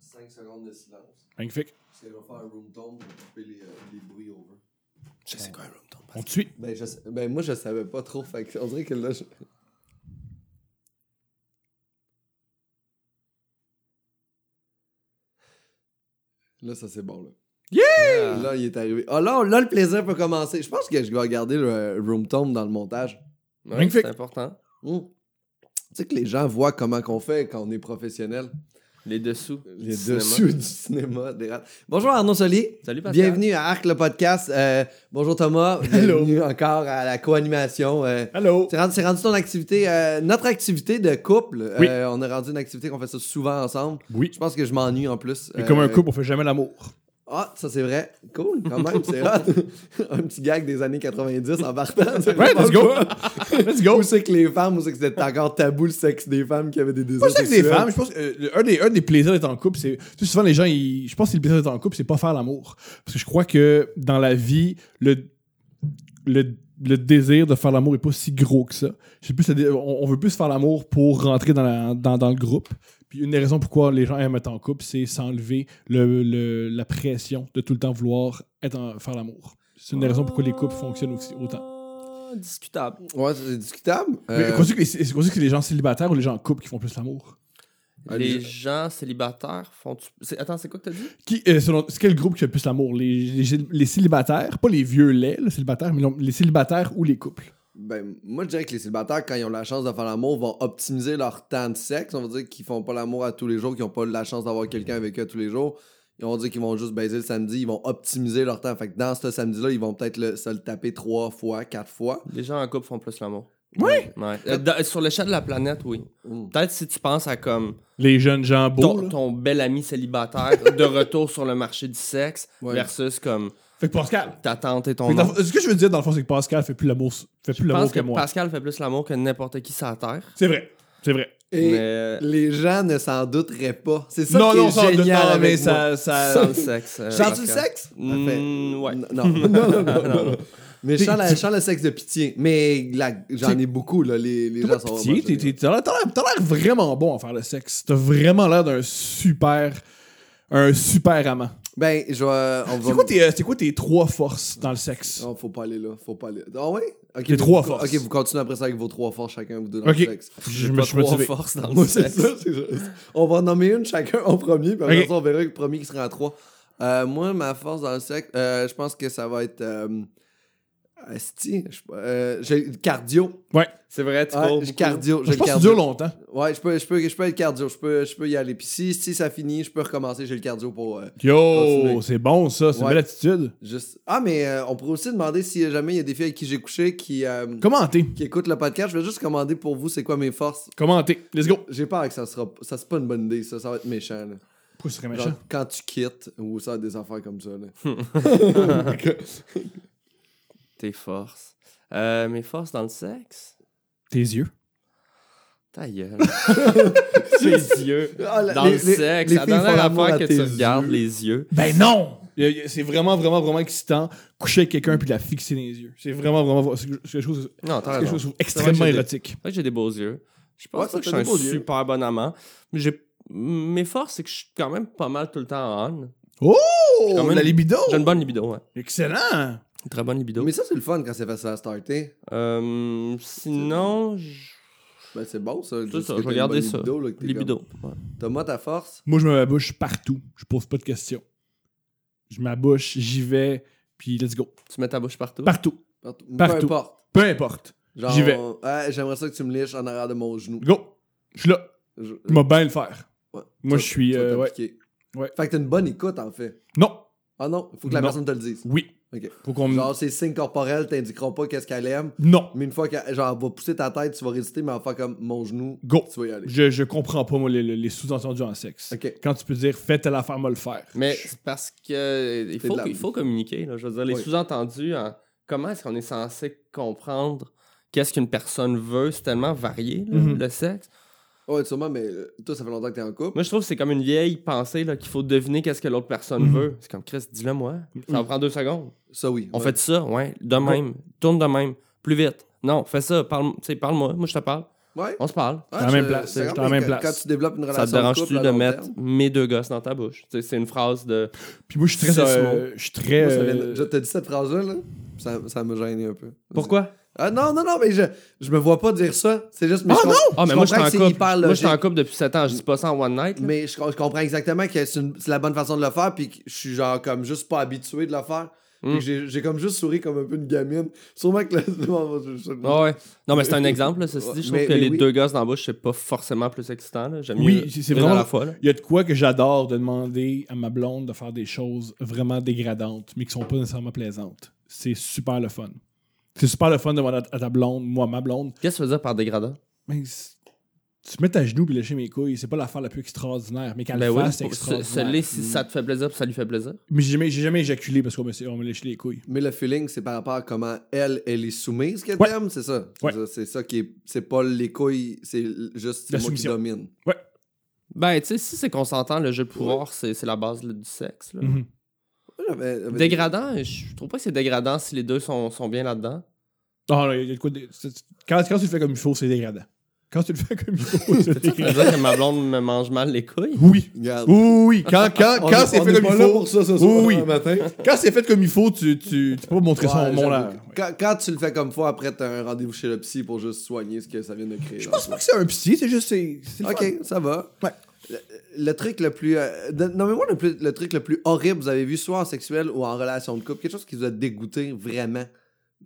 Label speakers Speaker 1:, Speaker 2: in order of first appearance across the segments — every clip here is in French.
Speaker 1: 5 secondes de silence.
Speaker 2: Magnifique.
Speaker 1: Parce qu'elle va faire un room tone pour couper les, euh, les bruits over.
Speaker 3: Je sais quoi un room tone.
Speaker 2: On te suit.
Speaker 4: Ben, je sais- ben, moi, je savais pas trop. Fait que on dirait que là. je- Là, ça, c'est bon, là. Là, il est arrivé. Ah là, là, le plaisir peut commencer. Je pense que je vais garder le euh, room tone dans le montage.
Speaker 3: Ouais,
Speaker 2: Magnifique.
Speaker 3: c'est important.
Speaker 4: Hmm. Tu sais que les gens voient comment qu'on fait quand on est professionnel.
Speaker 3: Les dessous.
Speaker 4: Les
Speaker 3: du cinéma.
Speaker 4: dessous du cinéma. des rats. Bonjour Arnaud Solier.
Speaker 3: Salut Pascal.
Speaker 4: Bienvenue à Arc le podcast. Euh, bonjour Thomas.
Speaker 2: Hello.
Speaker 4: Bienvenue encore à la co-animation. Euh,
Speaker 2: Allô.
Speaker 4: c'est rendu, c'est rendu ton activité, euh, notre activité de couple.
Speaker 2: Oui.
Speaker 4: Euh, on a rendu une activité qu'on fait ça souvent ensemble.
Speaker 2: Oui.
Speaker 4: Je pense que je m'ennuie en plus.
Speaker 2: Et
Speaker 4: Euh,
Speaker 2: comme un couple, on fait jamais l'amour.
Speaker 4: Ah, ça c'est vrai. Cool, quand même, c'est hot. un petit gag des années 90 en partant. c'est
Speaker 2: Ouais,
Speaker 4: vraiment
Speaker 2: let's go.
Speaker 4: cool.
Speaker 2: let's go.
Speaker 4: Où c'est que les femmes, où c'est que c'était encore tabou le sexe des femmes qui avaient des désirs
Speaker 2: Moi, je sais que c'est des
Speaker 4: sexuels?
Speaker 2: femmes. Je pense que euh, le- un, des, un des plaisirs d'être en couple, c'est. Tu sais, souvent, les gens, ils- je pense que le plaisir d'être en couple, c'est pas faire l'amour. Parce que je crois que dans la vie, le, le, le désir de faire l'amour est pas si gros que ça. C'est plus le dé- on, on veut plus faire l'amour pour rentrer dans, la- dans, dans le groupe. Puis une des raisons pourquoi les gens aiment être en couple, c'est s'enlever le, le- la pression de tout le temps vouloir être en- faire l'amour. C'est une des raisons pourquoi les couples fonctionnent aussi, autant.
Speaker 3: Ah, Discutable.
Speaker 4: Ouais, ça, c'est discutable.
Speaker 2: Mais
Speaker 4: Euh,
Speaker 2: crois-tu que, c'est- crois-tu que c'est les gens célibataires ou les gens en couple qui font plus l'amour?
Speaker 4: Ah,
Speaker 3: les
Speaker 4: les-
Speaker 3: gens célibataires font. tu- c'est- Attends, c'est quoi que t'as dit
Speaker 2: Qui, euh, selon, c'est quel groupe qui a le plus l'amour les, les, les célibataires, pas les vieux laits, les célibataires, mais non, les célibataires ou les couples.
Speaker 4: Ben, moi, je dirais que les célibataires, quand ils ont la chance de faire l'amour, vont optimiser leur temps de sexe. On va dire qu'ils font pas l'amour à tous les jours, qu'ils ont pas la chance d'avoir quelqu'un avec eux tous les jours. Ils vont dire qu'ils vont juste baiser le samedi, ils vont optimiser leur temps. Fait que dans ce samedi-là, ils vont peut-être le- se le taper trois fois, quatre fois.
Speaker 3: Les gens en couple font plus l'amour.
Speaker 2: Ouais?
Speaker 3: Ouais. Euh, dans- sur l'échelle de la planète, oui.
Speaker 4: Mm.
Speaker 3: Peut-être si tu penses à comme
Speaker 2: Les jeunes gens beaux.
Speaker 3: ton,
Speaker 2: là.
Speaker 3: ton bel ami célibataire de retour sur le marché du sexe
Speaker 4: Ouais.
Speaker 3: versus comme
Speaker 2: Fait que Pascal.
Speaker 3: ta tante et
Speaker 2: Fait
Speaker 3: ton
Speaker 2: que dans-
Speaker 3: oncle.
Speaker 2: ce que je veux dire, dans le fond, c'est que Pascal fait plus l'amour, fait plus
Speaker 3: Je pense
Speaker 2: l'amour
Speaker 3: que
Speaker 2: que, moi.
Speaker 3: Pascal fait plus l'amour que n'importe qui sur la Terre.
Speaker 2: C'est vrai. C'est vrai.
Speaker 4: Et
Speaker 3: mais euh,
Speaker 4: les gens ne s'en douteraient pas. C'est ça
Speaker 2: non,
Speaker 4: qui
Speaker 2: non,
Speaker 4: est
Speaker 2: sans-
Speaker 4: génial
Speaker 2: non, mais
Speaker 4: avec moi.
Speaker 2: ça. ça-
Speaker 3: sans le sexe. euh,
Speaker 4: Chante-tu le
Speaker 3: Pascal.
Speaker 4: sexe?
Speaker 3: Mm,
Speaker 4: Parfait.
Speaker 3: ouais.
Speaker 4: N- Non, non, non, non, non. Mais je chante, la-
Speaker 2: tu-
Speaker 4: je chante le sexe de pitié. Mais la- j'en ai beaucoup, là. Les, les
Speaker 2: T'as
Speaker 4: gens
Speaker 2: pas de
Speaker 4: sont
Speaker 2: pitié, t'es- t'es- T'as l'air- t'as l'air t'as l'air vraiment bon à faire le sexe. T'as vraiment l'air d'un super. Un super amant.
Speaker 4: Ben, je vais. on va-
Speaker 2: C'est quoi, tes, euh, c'est quoi tes trois forces dans le sexe?
Speaker 4: Non, faut pas aller là, faut pas aller. Ah ouais? Ok.
Speaker 2: Les
Speaker 4: vous-
Speaker 2: trois
Speaker 4: vous-
Speaker 2: forces.
Speaker 4: Ok, vous continuez après ça avec vos trois forces chacun, vous deux dans
Speaker 2: Ok.
Speaker 4: le sexe.
Speaker 2: Je
Speaker 3: Pas
Speaker 2: me suis
Speaker 3: trois
Speaker 2: motivé.
Speaker 3: forces dans
Speaker 4: Moi,
Speaker 3: le
Speaker 4: c'est
Speaker 3: sexe.
Speaker 4: ça, c'est ça. On va en nommer une chacun en premier, puis après
Speaker 2: Ok.
Speaker 4: ça, on verra le premier qui sera en trois. Euh, moi, ma force dans le sexe, euh, je pense que ça va être. Euh, asti, je sais pas, euh, j'ai le cardio.
Speaker 3: C'est vrai, tu
Speaker 4: Ouais,
Speaker 3: cours
Speaker 4: j'ai
Speaker 3: beaucoup.
Speaker 4: cardio.
Speaker 2: Je
Speaker 4: J'ai le
Speaker 2: pense que ça dure
Speaker 4: cardio.
Speaker 2: longtemps.
Speaker 4: Ouais, je peux, je, peux, je peux être cardio. Je peux, je peux y aller. Puis si, si ça finit, je peux recommencer. J'ai le cardio pour. euh,
Speaker 2: Yo,
Speaker 4: Continuez.
Speaker 2: c'est bon ça, c'est une
Speaker 4: Ouais.
Speaker 2: belle attitude.
Speaker 4: juste... Ah, mais euh, on pourrait aussi demander si jamais il y a des filles avec qui j'ai couché qui. euh,
Speaker 2: Commentez,
Speaker 4: qui écoute le podcast, je vais juste commander pour vous c'est quoi mes forces.
Speaker 2: commentez, let's go.
Speaker 4: J'ai peur que ça sera ça c'est pas une bonne idée ça, ça va être méchant. là.
Speaker 2: Pourquoi ce serait
Speaker 4: Genre,
Speaker 2: méchant?
Speaker 4: quand tu quittes ou ça des affaires comme ça là.
Speaker 3: Tes forces. Euh, mes forces dans le sexe?
Speaker 2: Tes yeux.
Speaker 3: Ta gueule. Tes yeux.
Speaker 4: Ah, la-
Speaker 3: Dans
Speaker 4: les-
Speaker 3: le
Speaker 4: les-
Speaker 3: sexe,
Speaker 4: les
Speaker 3: la
Speaker 4: filles font
Speaker 3: dernière
Speaker 4: l'amour
Speaker 3: affaire
Speaker 4: à
Speaker 3: que
Speaker 4: tes
Speaker 3: tu regardes,
Speaker 4: yeux.
Speaker 3: les yeux.
Speaker 2: Ben non! C'est vraiment, vraiment, vraiment excitant. Coucher avec quelqu'un puis de la fixer dans les yeux. C'est vraiment, vraiment. C'est quelque chose,
Speaker 3: Ah Non,
Speaker 2: c'est
Speaker 3: t'as
Speaker 2: quelque chose
Speaker 3: raison.
Speaker 2: que je
Speaker 3: C'est
Speaker 2: trouve extrêmement
Speaker 3: j'ai des-
Speaker 2: érotique.
Speaker 3: vrai que j'ai des beaux yeux. Je pense
Speaker 4: Ouais,
Speaker 3: pas que je
Speaker 4: t'as
Speaker 3: suis un
Speaker 4: des beaux yeux.
Speaker 3: super bon amant. Mais j'ai- Mes forces, c'est que je suis quand même pas mal tout le temps on.
Speaker 2: Oh!
Speaker 3: Quand même-
Speaker 2: la libido!
Speaker 3: J'ai une bonne libido, ouais.
Speaker 2: Excellent!
Speaker 3: Une très bonne libido.
Speaker 4: Mais ça c'est le fun quand c'est facile à starter.
Speaker 3: Euh, sinon, je-
Speaker 4: Ben c'est bon ça.
Speaker 3: c'est ça, je vais
Speaker 4: regardais
Speaker 3: garder ça. Libido. ouais.
Speaker 4: Thomas ta force.
Speaker 2: Moi, je me bouche partout. Je pose pas de questions. Je m'abouche, j'y vais, puis let's go.
Speaker 3: Tu mets ta bouche partout.
Speaker 2: Partout.
Speaker 4: Partout.
Speaker 2: Partout.
Speaker 4: Peu importe.
Speaker 2: Peu importe.
Speaker 4: Genre,
Speaker 2: J'y vais.
Speaker 4: Ah, j'aimerais ça que tu me liches en arrière de mon genou.
Speaker 2: Go! Je suis là.
Speaker 4: Je-
Speaker 2: Je vais bien le faire.
Speaker 4: Ouais.
Speaker 2: Moi,
Speaker 4: Ça,
Speaker 2: je suis.
Speaker 4: ça va
Speaker 2: euh, ouais.
Speaker 4: t'appliquer.
Speaker 2: Ouais.
Speaker 4: Fait que t'as une bonne écoute en fait.
Speaker 2: Non!
Speaker 4: Ah non, faut que la
Speaker 2: Non.
Speaker 4: personne te le dise.
Speaker 2: Oui.
Speaker 4: Ok.
Speaker 2: Faut qu'on me-
Speaker 4: Genre ses signes corporels t'indiqueront pas qu'est-ce qu'elle aime.
Speaker 2: Non!
Speaker 4: Mais une fois qu'elle genre, elle va pousser ta tête, tu vas résister, mais elle va faire comme mon genou,
Speaker 2: Go!
Speaker 4: tu vas y aller.
Speaker 2: Je, je comprends pas, moi, les, les- les sous-entendus en sexe.
Speaker 4: Ok.
Speaker 2: Quand tu peux dire, fais telle affaire, moi le faire.
Speaker 3: Mais
Speaker 2: Je-
Speaker 3: c'est parce que euh, il
Speaker 4: C'est
Speaker 3: faut,
Speaker 4: de la-
Speaker 3: il faut communiquer. Là, je veux dire, les
Speaker 4: Oui.
Speaker 3: sous-entendus, en- comment est-ce qu'on est censé comprendre qu'est-ce qu'une personne veut? C'est tellement varié, là,
Speaker 4: Mm-hmm.
Speaker 2: Mhm.
Speaker 3: le sexe.
Speaker 4: Ouais, sûrement, mais euh, toi, ça fait longtemps que t'es en couple.
Speaker 3: Moi, je trouve que c'est comme une vieille pensée là, qu'il faut deviner qu'est-ce que l'autre personne
Speaker 2: Mhm.
Speaker 3: veut. C'est comme, Chris, dis-le moi. Ça va prendre deux secondes.
Speaker 4: Ça, oui.
Speaker 3: On
Speaker 4: Mhm. ouais.
Speaker 3: fait ça, ouais, de même. Tourne de même. Plus vite. Non, fais ça. Parle, tu sais, parle-moi. Moi, je te parle.
Speaker 4: Ouais.
Speaker 3: On se parle.
Speaker 4: Ouais,
Speaker 2: à la même
Speaker 4: je-
Speaker 2: place,
Speaker 4: c'est
Speaker 2: je suis à la
Speaker 4: quand-
Speaker 2: même
Speaker 4: quand-
Speaker 2: place.
Speaker 4: Quand tu développes une relation
Speaker 3: Ça te dérange-tu
Speaker 4: couple à
Speaker 3: de
Speaker 4: long
Speaker 3: mettre
Speaker 4: terme,
Speaker 3: mes deux gosses dans ta bouche? Tu sais, C'est une phrase de.
Speaker 2: Puis moi, je suis très.
Speaker 3: Ça,
Speaker 2: euh, je suis très.
Speaker 4: Moi, ça vient de-
Speaker 2: euh,
Speaker 4: je t'ai dit cette phrase-là, là, ça, ça me gêne un peu.
Speaker 3: Pourquoi?
Speaker 4: Ah non, non, non, mais je, je me vois pas dire ça. C'est juste. mais
Speaker 2: Ah
Speaker 4: je com-
Speaker 3: Ah, mais
Speaker 4: je
Speaker 3: moi, je suis
Speaker 4: comprends
Speaker 3: en
Speaker 4: que c'est
Speaker 3: couple.
Speaker 4: hyper
Speaker 3: Moi, je suis en
Speaker 4: logique,
Speaker 3: couple depuis 7 ans. Je dis pas ça en one night. là.
Speaker 4: Mais je, com- je comprends exactement que c'est une- c'est la bonne façon de le faire, puis que je suis genre comme juste pas habitué de le faire. Puis
Speaker 3: Mm.
Speaker 4: j'ai- j'ai comme juste souri comme un peu une gamine. Sûrement que le.
Speaker 3: Ah ouais. Non, mais c'est un exemple, là, ceci dit. Je trouve
Speaker 4: Mais-
Speaker 3: que
Speaker 4: mais
Speaker 3: les
Speaker 4: oui.
Speaker 3: deux gosses dans la bouche, c'est pas forcément plus excitant. là. J'aime
Speaker 2: Oui,
Speaker 3: mieux
Speaker 2: c'est
Speaker 3: une
Speaker 2: vraiment-
Speaker 3: à la fois. là.
Speaker 2: Il y a de quoi que j'adore de demander à ma blonde de faire des choses vraiment dégradantes, mais qui sont pas nécessairement plaisantes. C'est super le fun. C'est super le fun de demander à à ta blonde, moi, à ma blonde,
Speaker 3: Qu'est-ce que tu veux dire par dégradant?
Speaker 2: mais c'est- tu te mets à genoux et lécher mes couilles, c'est pas l'affaire la plus extraordinaire, mais qu'elle
Speaker 3: Ben
Speaker 2: le
Speaker 3: oui,
Speaker 2: fasse, c'est
Speaker 3: pour- se- se
Speaker 2: extraordinaire.
Speaker 3: laisser, si ça te fait plaisir, puis ça lui fait plaisir.
Speaker 2: Mais j'ai jamais, j'ai jamais éjaculé parce qu'on me, on me léchait les couilles.
Speaker 4: Mais le feeling, c'est par rapport à comment elle, elle est soumise qu'elle
Speaker 2: Ouais.
Speaker 4: t'aime, c'est ça.
Speaker 2: Ouais.
Speaker 4: C'est ça- C'est ça qui est. C'est pas les couilles, c'est l- juste
Speaker 2: La
Speaker 4: c'est moi qui
Speaker 2: soumission.
Speaker 4: domine.
Speaker 3: Ben, tu sais, si c'est consentant, le jeu de pouvoir, c'est c'est la base là, du sexe. là.
Speaker 2: Mhm.
Speaker 4: Moi, j'avais- j'avais-
Speaker 3: Dégradant, je trouve pas que c'est dégradant si les deux sont, sont bien là-dedans.
Speaker 2: Ah, non, il y a de quoi de- c'est- quand, quand tu le fais comme il faut, c'est dégradant. Quand tu le fais comme il faut, c'est
Speaker 3: Ça veut
Speaker 2: dégradant.
Speaker 3: dire que ma blonde me mange mal les couilles.
Speaker 2: Oui.
Speaker 4: Regarde.
Speaker 2: Oui, oui, oui. Quand, quand,
Speaker 4: Ah, On
Speaker 2: quand
Speaker 4: est-
Speaker 2: c'est
Speaker 4: on
Speaker 2: fait
Speaker 4: est
Speaker 2: comme
Speaker 4: pas
Speaker 2: il
Speaker 4: là
Speaker 2: faut.
Speaker 4: pour ça ce
Speaker 2: Oui,
Speaker 4: soir, hein,
Speaker 2: oui.
Speaker 4: le matin.
Speaker 2: Quand c'est fait comme il faut, tu, tu, tu peux pas montrer son
Speaker 4: Ouais,
Speaker 2: mon
Speaker 4: j'avoue.
Speaker 2: là. Ouais.
Speaker 4: Quand, quand tu le fais comme fois, après, t'as un rendez-vous chez le psy pour juste soigner ce que ça vient de créer.
Speaker 2: Je pense pas que c'est un psy, c'est juste. c'est- c'est le fun.
Speaker 4: Ok, ça va.
Speaker 2: Ouais.
Speaker 4: Le, le truc le plus. euh, de- Nommez-moi le, plus- le truc le plus horrible que vous avez vu, soit en sexuel ou en relation de couple. Quelque chose qui vous a dégoûté vraiment.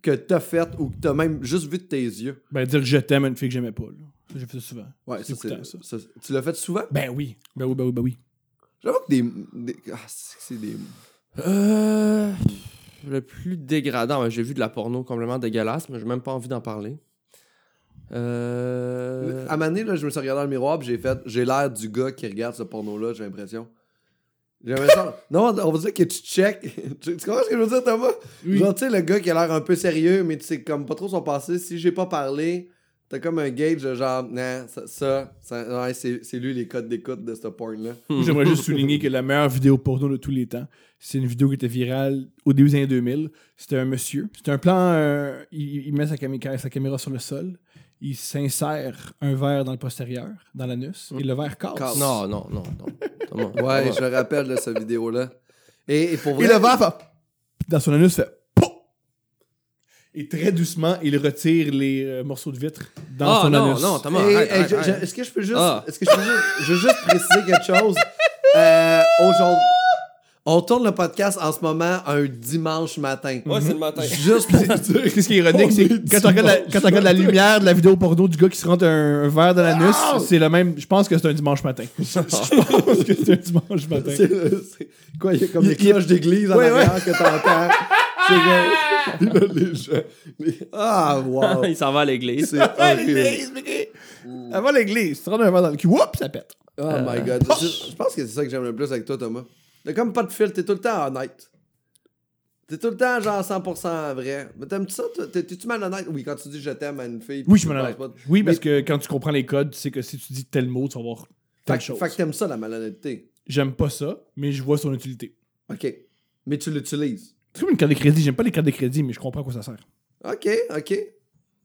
Speaker 4: Que t'as fait ou que t'as même juste vu de tes yeux.
Speaker 2: Ben, dire je t'aime à une fille que j'aimais pas. là. Ça, J'ai fait ça souvent.
Speaker 4: Ouais, ça,
Speaker 2: C'est
Speaker 4: c'est-
Speaker 2: écoutant, ça.
Speaker 4: ça, Tu l'as fait souvent?
Speaker 2: Ben oui. Ben oui, ben oui, ben oui.
Speaker 4: J'avoue que des. des- ah, c'est c'est des.
Speaker 3: Euh, le plus dégradant, ouais, j'ai vu de la porno complètement dégueulasse, mais j'ai même pas envie d'en parler. Euh...
Speaker 4: À un moment donné, là, je me suis regardé dans le miroir puis j'ai fait j'ai l'air du gars qui regarde ce porno-là, j'ai l'impression. J'ai l'impression. non, on va dire que tu check. tu, tu comprends ce que je veux dire, Thomas?
Speaker 2: Oui.
Speaker 4: Genre, tu sais, le gars qui a l'air un peu sérieux, mais tu sais, comme pas trop son passé, si j'ai pas parlé, t'as comme un gauge de genre, non, ça, ça, ça- ouais, c'est c'est lui les codes d'écoute de ce porn-là.
Speaker 2: J'aimerais juste souligner que la meilleure vidéo porno de tous les temps, c'est une vidéo qui était virale au début des années 2000. C'était un monsieur. C'était un plan. euh, il, il met sa, cami- sa caméra sur le sol. Il s'insère un verre dans le postérieur, dans l'anus, et le verre Hmm. casse.
Speaker 4: Casse.
Speaker 3: Non, non, non, non. Thomas,
Speaker 4: Ouais,
Speaker 3: Thomas.
Speaker 4: je me rappelle de cette vidéo-là. Et, et pour
Speaker 2: Et
Speaker 4: vrai.
Speaker 2: le verre fait- dans son anus fait. Pouf! Et très doucement, il retire les euh, morceaux de vitre dans
Speaker 3: Ah,
Speaker 2: son
Speaker 3: non,
Speaker 2: anus.
Speaker 3: non, Thomas,
Speaker 4: Hey,
Speaker 3: arrête,
Speaker 4: hey,
Speaker 3: arrête,
Speaker 4: je-
Speaker 3: arrête.
Speaker 4: je- Est-ce que je peux juste,
Speaker 3: Ah.
Speaker 4: est-ce que je peux juste, je veux juste préciser quelque chose Euh, Aujourd'hui, on tourne le podcast en ce moment un dimanche matin.
Speaker 3: Ouais, c'est le matin.
Speaker 4: Juste pour vous dire.
Speaker 2: Qu'est-ce qui est ironique,
Speaker 4: Oh,
Speaker 2: c'est que quand tu regardes, la, quand tu regardes la lumière de la vidéo porno du gars qui se rentre un, un verre dans l'anus,
Speaker 4: Ah!
Speaker 2: c'est le même. Je pense que c'est un dimanche matin. Je pense que c'est un dimanche matin.
Speaker 4: c'est le- c'est- Quoi, il y a comme des
Speaker 2: Il- il-
Speaker 4: cloches d'église en
Speaker 2: Ouais,
Speaker 4: arrière que t'entends.
Speaker 2: Ah!
Speaker 4: C'est Ah, que- Puis là, les gens. les- Ah, wow.
Speaker 3: Il s'en va à l'église.
Speaker 4: C'est
Speaker 2: Ah,
Speaker 4: horrible.
Speaker 2: Avant l'église, tu te rends un verre dans le cul, whoop, ça pète.
Speaker 4: Oh my god. Je, je pense que c'est ça que j'aime le plus avec toi, Thomas. T'as comme pas de fil, t'es tout le temps honnête. T'es tout le temps genre 100% vrai. Mais t'aimes-tu ça? toi? T'es- T'es-tu malhonnête? Oui, quand tu dis je t'aime à une fille.
Speaker 2: Oui, je
Speaker 4: tu
Speaker 2: me
Speaker 4: penses pas-
Speaker 2: Oui,
Speaker 4: Mais-
Speaker 2: parce que quand tu comprends les codes, tu sais que si tu dis tel mot, tu vas voir telle
Speaker 4: Fait, que-
Speaker 2: chose.
Speaker 4: fait que t'aimes ça, la malhonnêteté.
Speaker 2: J'aime pas ça, mais je vois son utilité.
Speaker 4: OK. Mais tu l'utilises.
Speaker 2: C'est comme une carte de crédit. J'aime pas les cartes de crédit, mais je comprends à quoi ça sert.
Speaker 4: OK, OK.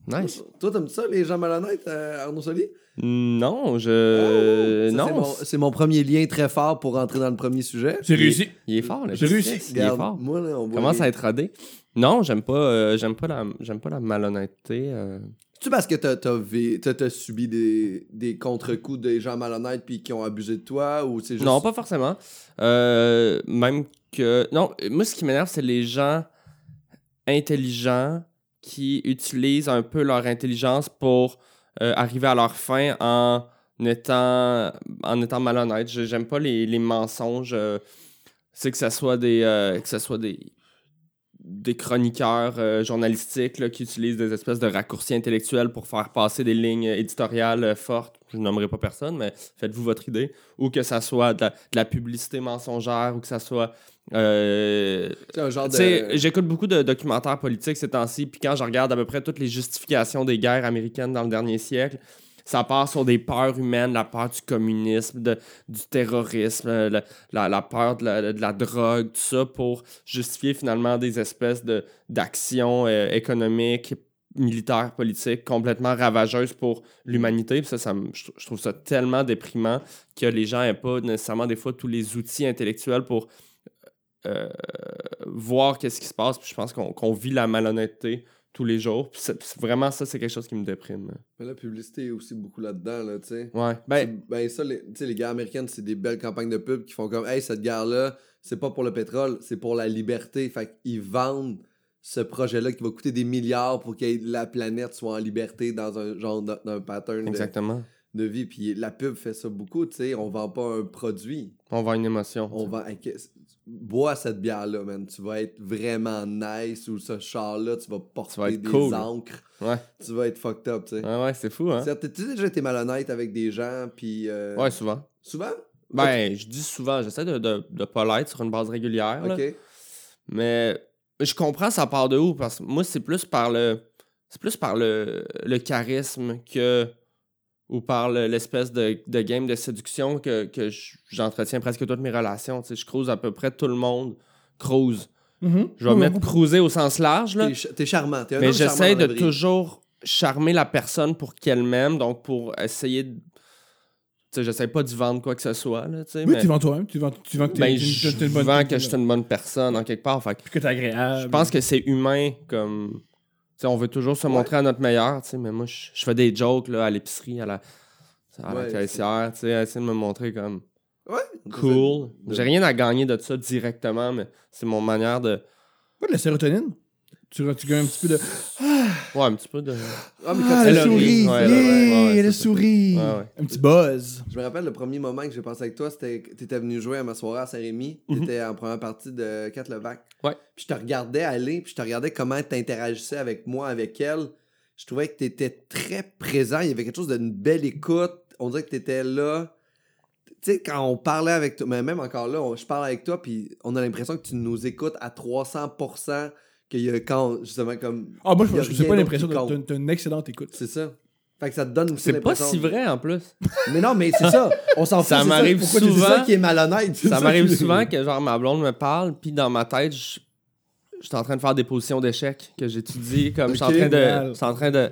Speaker 3: Nice.
Speaker 4: Toi, t'aimes ça, les gens malhonnêtes, euh, Arnaud Soli?
Speaker 3: Non,
Speaker 4: Oh, Ça,
Speaker 3: je.
Speaker 4: c'est
Speaker 3: Euh, non.
Speaker 4: mon- C'est mon, premier lien très fort pour entrer dans le premier sujet.
Speaker 2: C'est
Speaker 3: il est-
Speaker 2: réussi.
Speaker 3: Il est fort, là.
Speaker 2: J'ai réussi.
Speaker 3: Il est fort.
Speaker 4: Moi, là, on voit
Speaker 3: Commence
Speaker 4: les-
Speaker 3: à être radé. Non, j'aime pas, euh, j'aime pas, la, j'aime pas la malhonnêteté. euh.
Speaker 4: C'est-tu parce que t'as, t'as, vé- t'as- t'as subi des, des contre-coups des gens malhonnêtes puis qui ont abusé de toi ou c'est juste.
Speaker 3: Non, pas forcément. Euh, même que. Non, moi, ce qui m'énerve, c'est les gens intelligents qui utilisent un peu leur intelligence pour euh, arriver à leur fin en étant, en étant malhonnête. Je- J'aime pas les, les mensonges. euh, c'est que ça soit des. euh, que ça soit des des chroniqueurs euh, journalistiques là, qui utilisent des espèces de raccourcis intellectuels pour faire passer des lignes éditoriales euh, fortes. Je nommerai pas personne, mais faites-vous votre idée. Ou que ça soit de la, de la publicité mensongère, ou que ça soit... euh,
Speaker 4: C'est un genre
Speaker 3: tu
Speaker 4: de.
Speaker 3: sais, J'écoute beaucoup de documentaires politiques ces temps-ci, puis quand je regarde à peu près toutes les justifications des guerres américaines dans le dernier siècle, ça part sur des peurs humaines, la peur du communisme, de- du terrorisme, euh, le- la, la peur de la, de la drogue, tout ça, pour justifier finalement des espèces de- d'actions euh, économiques militaire, politique, complètement ravageuse pour l'humanité. Puis ça, ça me- je, je trouve ça tellement déprimant que les gens n'aient pas nécessairement des fois tous les outils intellectuels pour euh, voir qu'est-ce qui se passe. Puis je pense qu'on qu'on vit la malhonnêteté tous les jours. Puis c'est- c'est- vraiment, ça, c'est quelque chose qui me déprime.
Speaker 4: Mais la publicité est aussi beaucoup là-dedans, là, tu sais.
Speaker 3: Ouais.
Speaker 4: C'est-
Speaker 3: Ben,
Speaker 4: Ben, ça, les, tu sais, les guerres américaines, c'est des belles campagnes de pub qui font comme Hey, cette guerre-là, c'est pas pour le pétrole, c'est pour la liberté. Fait qu'ils vendent ce projet-là qui va coûter des milliards pour que la planète soit en liberté dans un genre d'un d'un pattern de,
Speaker 3: exactement.
Speaker 4: de vie. Puis la pub fait ça beaucoup, tu sais. On vend pas un produit.
Speaker 3: On vend une émotion.
Speaker 4: On vend. Hey, qu'est-ce- Bois cette bière-là, man. Tu vas être vraiment nice ou ce char-là, tu vas porter
Speaker 3: vas être
Speaker 4: des
Speaker 3: cool.
Speaker 4: encres.
Speaker 3: Ouais.
Speaker 4: Tu vas être fucked up, tu sais.
Speaker 3: Ouais, ouais, c'est fou, hein?
Speaker 4: C'est- T'as-tu déjà été malhonnête avec des gens, puis. euh,
Speaker 3: Ouais, souvent.
Speaker 4: Souvent?
Speaker 3: Ben, je dis souvent, j'essaie de, de, de pas l'être sur une base régulière. là.
Speaker 4: Ok.
Speaker 3: Mais je comprends ça part de où parce que moi c'est plus par le c'est plus par le, le charisme que ou par le- l'espèce de, de game de séduction que, que j- j'entretiens presque toutes mes relations, tu sais, je croise à peu près tout le monde croise.
Speaker 2: Mm-hmm.
Speaker 3: Je vais mettre cruiser au sens large là,
Speaker 4: T'es ch- T'es charmant. T'es un
Speaker 3: mais
Speaker 4: homme charmant
Speaker 3: j'essaie
Speaker 4: dans la
Speaker 3: de
Speaker 4: vraie vie.
Speaker 3: toujours charmer la personne pour qu'elle m'aime, donc pour essayer de tu sais, j'essaie pas d'y vendre quoi que ce soit là, tu sais,
Speaker 2: Oui,
Speaker 3: mais
Speaker 2: tu vends toi-même. Tu vends, tu vends que t'es
Speaker 3: ben,
Speaker 2: t'es une-
Speaker 3: je
Speaker 2: t'es une bonne Euh,
Speaker 3: vends
Speaker 2: t'es
Speaker 3: que
Speaker 2: une
Speaker 3: je suis
Speaker 2: bonne-
Speaker 3: une bonne personne en quelque part, fait que
Speaker 2: Puis que t'es agréable.
Speaker 3: je pense que c'est humain comme tu sais, on veut toujours se montrer à notre meilleur tu sais, mais moi je je fais des jokes là, à l'épicerie à la à la
Speaker 4: Ouais,
Speaker 3: caissière tu sais à essayer de me montrer comme
Speaker 4: Ouais.
Speaker 3: cool
Speaker 4: de-
Speaker 3: j'ai rien à gagner de ça directement mais c'est mon manière de
Speaker 2: Pas de la sérotonine. Tu, tu gagnes un petit peu de.
Speaker 3: ouais un petit peu de
Speaker 4: Ah, mais quand
Speaker 2: Ah,
Speaker 4: tu-
Speaker 2: le
Speaker 3: elle a ri.
Speaker 2: souris! Yeah,
Speaker 3: Ouais, ouais, ouais, ouais,
Speaker 2: le
Speaker 3: c'est ça.
Speaker 2: souris!
Speaker 3: Ouais, ouais.
Speaker 2: Un petit buzz.
Speaker 4: Je me rappelle le premier moment que j'ai passé avec toi, c'était que t'étais venu jouer à ma soirée à Saint-Rémy.
Speaker 3: Mhm.
Speaker 4: T'étais en première partie de Cat Levac.
Speaker 3: Ouais.
Speaker 4: Puis je te regardais aller, puis je te regardais comment t'interagissais avec moi, avec elle. Je trouvais que t'étais très présent. Il y avait quelque chose d'une belle écoute. On dirait que t'étais là. Tu sais, quand on parlait avec toi, mais même encore là, on- je parle avec toi, puis on a l'impression que tu nous écoutes à 300%. Qu'il y a quand, justement, comme.
Speaker 2: Ah, moi,
Speaker 4: il y a
Speaker 2: je j'ai
Speaker 4: rien
Speaker 2: pas
Speaker 4: d'autre
Speaker 2: l'impression
Speaker 4: qui
Speaker 2: de.
Speaker 4: compte.
Speaker 2: T'as une- t'as une excellente écoute.
Speaker 4: C'est ça. Fait que ça te donne aussi
Speaker 3: c'est pas
Speaker 4: l'impression.
Speaker 3: si vrai en plus
Speaker 4: Mais non, mais c'est ça. On s'en fout.
Speaker 3: Ça
Speaker 4: c'est
Speaker 3: m'arrive
Speaker 4: Pourquoi tu dis
Speaker 3: souvent.
Speaker 4: ça qui est malhonnête? C'est
Speaker 3: ça m'arrive
Speaker 4: qui-
Speaker 3: souvent que genre ma blonde me parle puis dans ma tête je j'étais en train de faire des positions d'échecs que j'étudie comme je suis en
Speaker 4: Ok,
Speaker 3: train de
Speaker 2: mal.
Speaker 3: je suis en train de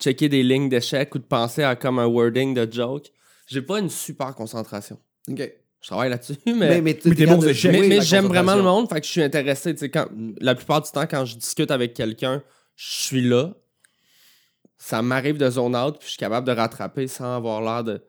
Speaker 3: checker des lignes d'échecs ou de penser à comme un wording de joke j'ai pas une super concentration
Speaker 4: Ok.
Speaker 3: je travaille là-dessus,
Speaker 4: Mais,
Speaker 3: mais, mais,
Speaker 4: mais, t'es
Speaker 2: mais t'es
Speaker 4: capable
Speaker 2: bon
Speaker 4: de
Speaker 2: aux échecs.
Speaker 4: jouer
Speaker 3: mais
Speaker 4: la
Speaker 3: j'aime vraiment le
Speaker 4: concentration.
Speaker 3: monde, fait que je suis intéressé. tu sais, Quand,
Speaker 4: Mm.
Speaker 3: la plupart du temps, quand je discute avec quelqu'un, je suis là. Ça m'arrive de zone out, puis je suis capable de rattraper sans avoir l'air de.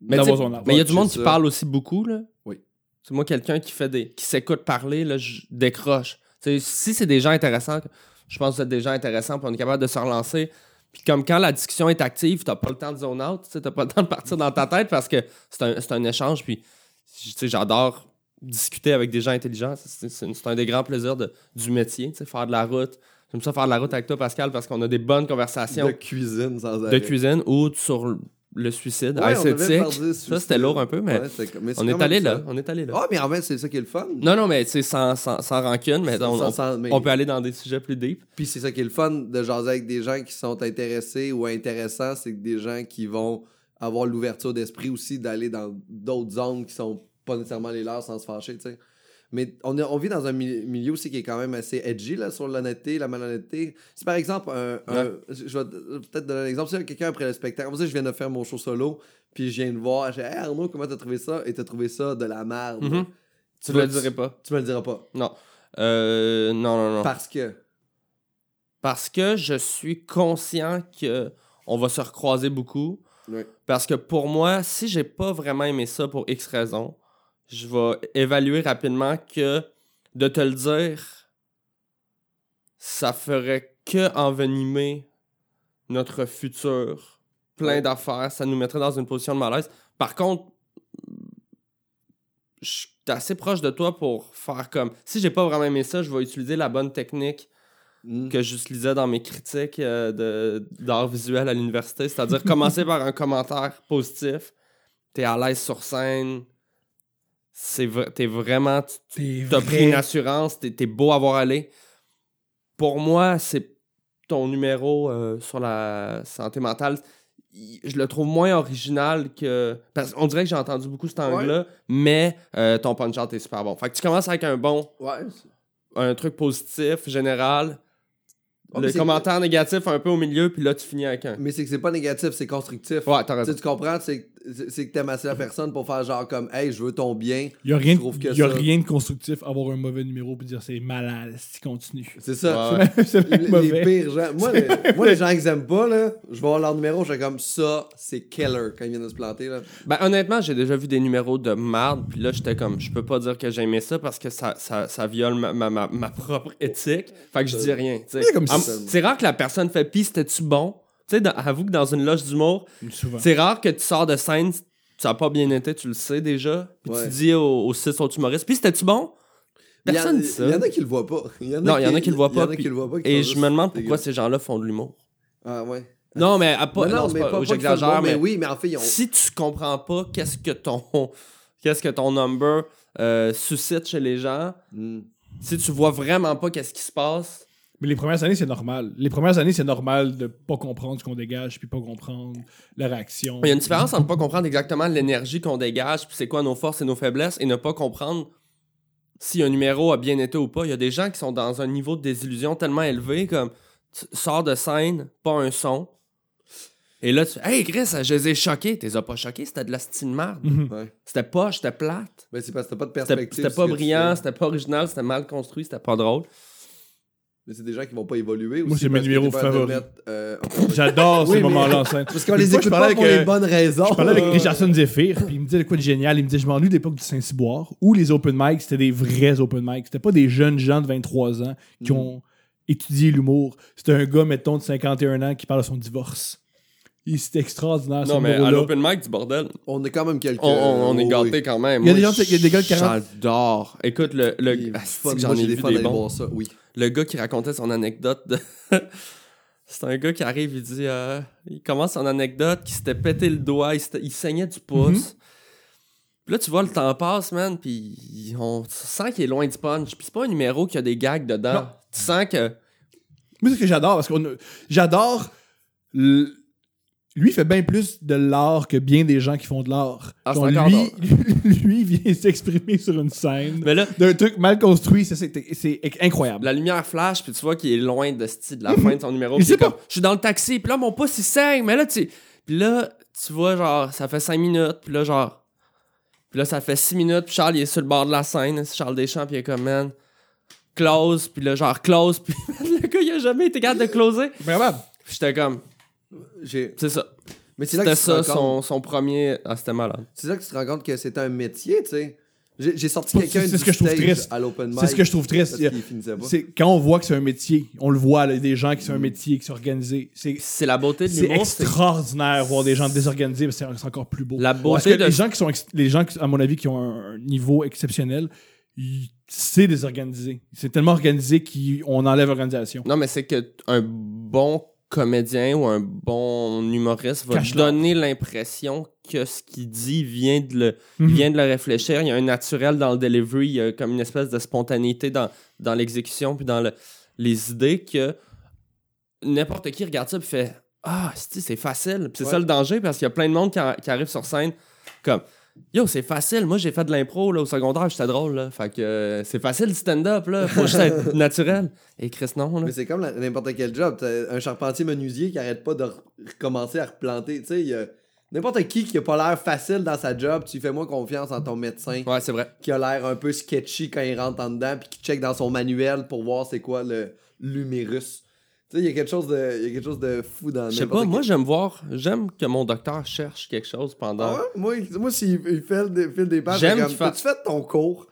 Speaker 3: Mais
Speaker 2: D'avoir
Speaker 3: tu sais,
Speaker 2: zone out.
Speaker 3: mais il y a
Speaker 4: Ouais,
Speaker 3: du monde
Speaker 4: c'est
Speaker 3: qui
Speaker 4: ça.
Speaker 3: parle aussi beaucoup. Là.
Speaker 4: Oui.
Speaker 3: C'est moi, quelqu'un qui fait des qui s'écoute parler, là, je décroche. Tu sais, si c'est des gens intéressants, je pense que vous êtes des gens intéressants, puis on est capable de se relancer. Puis comme quand la discussion est active, t'as pas le temps de zone out, tu sais, t'as pas le temps de partir dans ta tête parce que c'est un, c'est un échange. Puis tu sais, j'adore discuter avec des gens intelligents. C'est- C'est c'est un des grands plaisirs de- du métier, tu sais, faire de la route. J'aime ça faire de la route avec toi, Pascal, parce qu'on a des bonnes conversations
Speaker 4: De cuisine sans
Speaker 3: de,
Speaker 4: arrêt.
Speaker 3: cuisine ou sur le suicide.
Speaker 4: Ouais,
Speaker 3: Hey,
Speaker 4: on
Speaker 3: c'est
Speaker 4: devait
Speaker 3: tic.
Speaker 4: faire dire
Speaker 3: Ça,
Speaker 4: suicide.
Speaker 3: c'était lourd un peu, mais
Speaker 4: Ouais, c'est- mais c'est
Speaker 3: on
Speaker 4: quand
Speaker 3: est allé
Speaker 4: même
Speaker 3: là.
Speaker 4: ça.
Speaker 3: On est allé là.
Speaker 4: Ah, mais en fait, c'est ça qui est le fun.
Speaker 3: Non, non, mais tu sais, sans, sans, sans rancune, mais
Speaker 4: Ça-
Speaker 3: on,
Speaker 4: ça-
Speaker 3: on-
Speaker 4: ça- mais-
Speaker 3: on peut aller dans des sujets plus deep.
Speaker 4: Puis c'est ça qui est le fun de jaser avec des gens qui sont intéressés ou intéressants, c'est que des gens qui vont avoir l'ouverture d'esprit aussi d'aller dans d'autres zones qui sont pas nécessairement les leurs sans se fâcher, tu sais. Mais on, est- on vit dans un mi- milieu aussi qui est quand même assez edgy là, sur l'honnêteté, la malhonnêteté. Si par exemple, un, un- je je vais te- peut-être donner un exemple, si quelqu'un après le spectacle, vous savez, je viens de faire mon show solo, puis je viens de voir, je dis, hey Arnaud, comment t'as trouvé ça? Et t'as trouvé ça de la merde.
Speaker 3: Mhm. Tu
Speaker 4: Tu
Speaker 3: ne
Speaker 4: vas-
Speaker 3: le dirais pas.
Speaker 4: Tu me le diras pas.
Speaker 3: Euh, non, non, non.
Speaker 4: Parce que.
Speaker 3: Parce que je suis conscient que on va se recroiser beaucoup.
Speaker 4: Ouais.
Speaker 3: Parce que pour moi, si j'ai pas vraiment aimé ça pour X raisons, je vais évaluer rapidement que de te le dire, ça ferait que envenimer notre futur, plein
Speaker 4: Ouais.
Speaker 3: d'affaires, ça nous mettrait dans une position de malaise. Par contre, je suis assez proche de toi pour faire comme si j'ai pas vraiment aimé ça, je vais utiliser la bonne technique
Speaker 4: Mhm.
Speaker 3: que j'utilisais dans mes critiques euh, de- d'art visuel à l'université, c'est-à-dire commencer par un commentaire positif, t'es à l'aise sur scène, c'est vra- t'es vraiment,
Speaker 2: T'es
Speaker 3: tu- t'as pris une assurance, t'es t'es beau à voir aller. Pour moi, c'est ton numéro euh, sur la santé mentale. il- Je le trouve moins original que. Parce qu'on dirait que j'ai entendu beaucoup cet angle-là, mais euh, ton punch-out est super bon. Fait que tu commences avec un bon
Speaker 4: Ouais.
Speaker 3: un truc positif, général.
Speaker 4: Ouais, Ah, mais
Speaker 3: le
Speaker 4: c'est-
Speaker 3: commentaire négatif un peu au milieu, puis là, tu finis avec un.
Speaker 4: Mais c'est que c'est pas négatif, c'est constructif.
Speaker 3: Ouais, t'as
Speaker 4: Tu sais,
Speaker 3: raison.
Speaker 4: tu comprends, c'est c'est- c'est que t'aimes assez la personne pour faire genre comme Hey, je veux ton bien.
Speaker 2: Il n'y a, rien,
Speaker 4: Je trouve que
Speaker 2: de- y a
Speaker 4: ça-
Speaker 2: rien de constructif à avoir un mauvais numéro et dire c'est malade si continue.
Speaker 4: C'est ça.
Speaker 3: Ouais, ouais.
Speaker 2: c'est
Speaker 4: Les-
Speaker 2: même mauvais.
Speaker 4: Les pires gens. Moi, les, moi, les gens que j'aime pas, là, je vais avoir leur numéro, je fais comme ça, c'est killer quand ils viennent de se planter. Là.
Speaker 3: Ben, honnêtement, j'ai déjà vu des numéros de marde, puis là, j'étais comme, je peux pas dire que j'aimais ça parce que ça, ça, ça viole ma, ma, ma, ma propre éthique. Fait que je dis rien. tu sais.
Speaker 2: C'est comme
Speaker 3: Ah,
Speaker 2: si-
Speaker 3: C'est rare que la personne fait pis, c'était-tu bon? Tu sais, dans- avoue que dans une loge d'humour,
Speaker 2: Souvent.
Speaker 3: c'est rare que tu sors de scène, ça a pas bien été, tu le sais déjà, puis
Speaker 4: Ouais.
Speaker 3: tu dis aux, aux six autres humoristes, pis c'était-tu bon?
Speaker 4: Il y en-
Speaker 3: Personne dit ça.
Speaker 4: Il y en a qui le voient pas. y
Speaker 3: Non, il y en a qui le voient
Speaker 4: Il y en
Speaker 3: pas,
Speaker 4: a qui
Speaker 3: puis-
Speaker 4: le voient pas. qui
Speaker 3: Et
Speaker 4: sont
Speaker 3: je
Speaker 4: juste
Speaker 3: me demande
Speaker 4: dégueu.
Speaker 3: pourquoi ces gens-là font de l'humour.
Speaker 4: Ah ouais.
Speaker 3: Non, mais à pas,
Speaker 4: Mais non,
Speaker 3: c'est
Speaker 4: mais
Speaker 3: pas-
Speaker 4: pas, pas qu'ils font
Speaker 3: j'exagère,
Speaker 4: bon, mais...
Speaker 3: mais,
Speaker 4: oui, mais en fait, ils ont.
Speaker 3: si tu comprends pas qu'est-ce que ton qu'est-ce que ton number euh, suscite chez les gens,
Speaker 4: Hmm.
Speaker 3: si tu vois vraiment pas qu'est-ce qui se passe,
Speaker 2: Mais les premières années, c'est normal. Les premières années, c'est normal de pas comprendre ce qu'on dégage puis pas comprendre la réaction.
Speaker 3: il y a une différence entre pas comprendre exactement l'énergie qu'on dégage, puis c'est quoi nos forces et nos faiblesses, et ne pas comprendre si un numéro a bien été ou pas. Il y a des gens qui sont dans un niveau de désillusion tellement élevé comme tu sors de scène, pas un son. Et là, tu Hey Chris, je les ai choqués. T'es pas choqués, c'était de la style merde.
Speaker 2: Mhm.
Speaker 3: C'était pas, j'étais plate.
Speaker 4: Mais c'est parce que t'as pas de
Speaker 3: C'était-
Speaker 4: perspective.
Speaker 3: C'était
Speaker 4: sur
Speaker 3: pas
Speaker 4: ce que tu
Speaker 3: brillant,
Speaker 4: fais.
Speaker 3: c'était pas original, c'était mal construit, c'était pas drôle.
Speaker 4: Mais c'est des gens qui vont pas évoluer.
Speaker 2: Moi,
Speaker 4: aussi,
Speaker 2: c'est mes
Speaker 4: parce que
Speaker 2: numéros
Speaker 4: t'es pas capable de
Speaker 2: favoris.
Speaker 4: mettre, euh,
Speaker 2: J'adore
Speaker 4: Oui,
Speaker 2: ces
Speaker 4: mais-
Speaker 2: moments-là en scène.
Speaker 4: Parce qu'on
Speaker 2: Une
Speaker 4: les
Speaker 2: fois,
Speaker 4: écoute
Speaker 2: je parlais
Speaker 4: pas pour
Speaker 2: avec, euh,
Speaker 4: les bonnes raisons.
Speaker 2: Je parlais avec
Speaker 3: Euh,
Speaker 2: Richardson Zephyr, puis il me disait de quoi de génial. Il me disait Je m'ennuie de l'époque du Saint-Cyboire, où les open mic, c'était des vrais open mic. C'était pas des jeunes gens de 23 ans qui
Speaker 3: Mm-hmm.
Speaker 2: ont étudié l'humour. C'était un gars, mettons, de 51 ans qui parle de son divorce. Et C'était extraordinaire. ce
Speaker 3: non, mais à
Speaker 2: numéro-là.
Speaker 3: l'open mic du bordel,
Speaker 4: On est quand même quelques.
Speaker 3: on, on- on est
Speaker 4: oui,
Speaker 3: gâté
Speaker 4: oui.
Speaker 3: quand même.
Speaker 2: Il y a
Speaker 3: Moi,
Speaker 2: des gens- il y a des gars de 40
Speaker 3: J'adore. Écoute, le, le,
Speaker 4: Il est
Speaker 3: Ah,
Speaker 4: fun.
Speaker 3: c'est que j'en
Speaker 4: Moi,
Speaker 3: ai
Speaker 4: j'ai des
Speaker 3: vu
Speaker 4: fans
Speaker 3: des
Speaker 4: d'aller
Speaker 3: bons.
Speaker 4: voir ça. Oui.
Speaker 3: Le gars qui racontait son anecdote de- C'est un gars qui arrive, il dit euh, Il commence son anecdote, qu'il s'était pété le doigt, il, s'était- il saignait du pouce. Puis là, tu vois, le temps passe, man, puis il- on tu sens qu'il est loin du punch. Puis c'est pas un numéro qui a des gags dedans.
Speaker 2: Non.
Speaker 3: Tu sens que.
Speaker 2: Moi, c'est ce que j'adore, parce que j'adore. l- Lui fait bien plus de l'art que bien des gens qui font de l'art.
Speaker 3: Ah,
Speaker 2: Genre,
Speaker 3: c'est encore
Speaker 2: lui, lui il vient s'exprimer sur une scène
Speaker 3: Mais là,
Speaker 2: d'un truc mal construit. ça, C'est c'est incroyable.
Speaker 3: La lumière flash, puis tu vois qu'il est loin de style de la
Speaker 4: Mhm.
Speaker 3: fin de son numéro.
Speaker 2: Il
Speaker 3: Puis il
Speaker 2: sait
Speaker 3: est comme, je suis dans le taxi, puis là, mon pouce, il saigne, mais là, tu... Puis là, tu vois, genre, ça fait 5 minutes, puis là, genre... Puis là, ça fait 6 minutes, puis Charles, il est sur le bord de la scène, c'est Charles Deschamps, puis il est comme, man, close, puis là, genre, close, puis le gars, il a jamais été capable de closer.
Speaker 2: Vraiment.
Speaker 3: Puis j'étais comme,
Speaker 4: J'ai-
Speaker 3: c'est ça.
Speaker 4: Mais c'est là que
Speaker 3: C'était
Speaker 4: tu te rends
Speaker 3: ça,
Speaker 4: compte-
Speaker 3: son, son premier... Ah, c'était malade.
Speaker 4: C'est là que tu te rends compte que c'est un métier, tu sais. J'ai j'ai sorti
Speaker 2: C'est-
Speaker 4: quelqu'un
Speaker 2: c'est
Speaker 4: du
Speaker 2: ce que je trouve
Speaker 4: stage
Speaker 2: triste.
Speaker 4: à l'open mic.
Speaker 2: C'est ce que je trouve triste.
Speaker 4: Parce qu'il finissait pas.
Speaker 2: C'est quand on voit que c'est un métier, on le voit, là, des gens qui sont un métier, qui sont organisés. C'est
Speaker 3: Mm. C'est la beauté de
Speaker 2: c'est
Speaker 3: l'humour, c'est...
Speaker 2: extraordinaire voir des gens désorganisés, mais c'est c'est encore plus beau.
Speaker 3: La
Speaker 2: Parce que
Speaker 3: beauté de...
Speaker 2: les gens qui sont, ex- les gens qui, à mon avis, qui ont un, un niveau exceptionnel, ils- c'est désorganisé. C'est tellement organisé qu'on enlève l'organisation.
Speaker 3: Non, mais c'est que t- un bon comédien ou un bon humoriste va
Speaker 2: Cache-leur.
Speaker 3: donner l'impression que ce qu'il dit vient de le
Speaker 2: Mhm.
Speaker 3: il vient de le réfléchir, il y a un naturel dans le delivery, il y a comme une espèce de spontanéité dans, dans l'exécution puis dans le- les idées que n'importe qui regarde ça puis fait ah, c'ti, c'est facile. Puis c'est
Speaker 4: Ouais.
Speaker 3: ça le danger parce qu'il y a plein de monde qui, a- qui arrive sur scène comme Yo, c'est facile. Moi, j'ai fait de l'impro là, au secondaire, j'étais drôle. Là. Fait que euh, c'est facile le stand-up. Là. Faut juste être naturel. Et Chris, non. Là.
Speaker 4: Mais c'est comme la- n'importe quel job. T'as un charpentier menuisier qui arrête pas de re- recommencer à replanter. Tu sais, il y a n'importe qui qui a pas l'air facile dans sa job. Tu fais moi confiance en ton médecin
Speaker 3: Ouais, c'est vrai.
Speaker 4: qui a l'air un peu sketchy quand il rentre en dedans puis qui check dans son manuel pour voir c'est quoi le l'humérus. Tu sais, il y a quelque chose de il y a quelque chose de fou dans
Speaker 3: Je sais
Speaker 4: Euh, n'importe
Speaker 3: pas,
Speaker 4: quel-
Speaker 3: moi j'aime voir, j'aime que mon docteur cherche quelque chose pendant.
Speaker 4: Ah ouais? Moi, il- moi s'il il fait des, file des pages,
Speaker 3: J'aime
Speaker 4: j'aime
Speaker 3: qu'il
Speaker 4: comme,
Speaker 3: fasse-
Speaker 4: tu fait ton cours.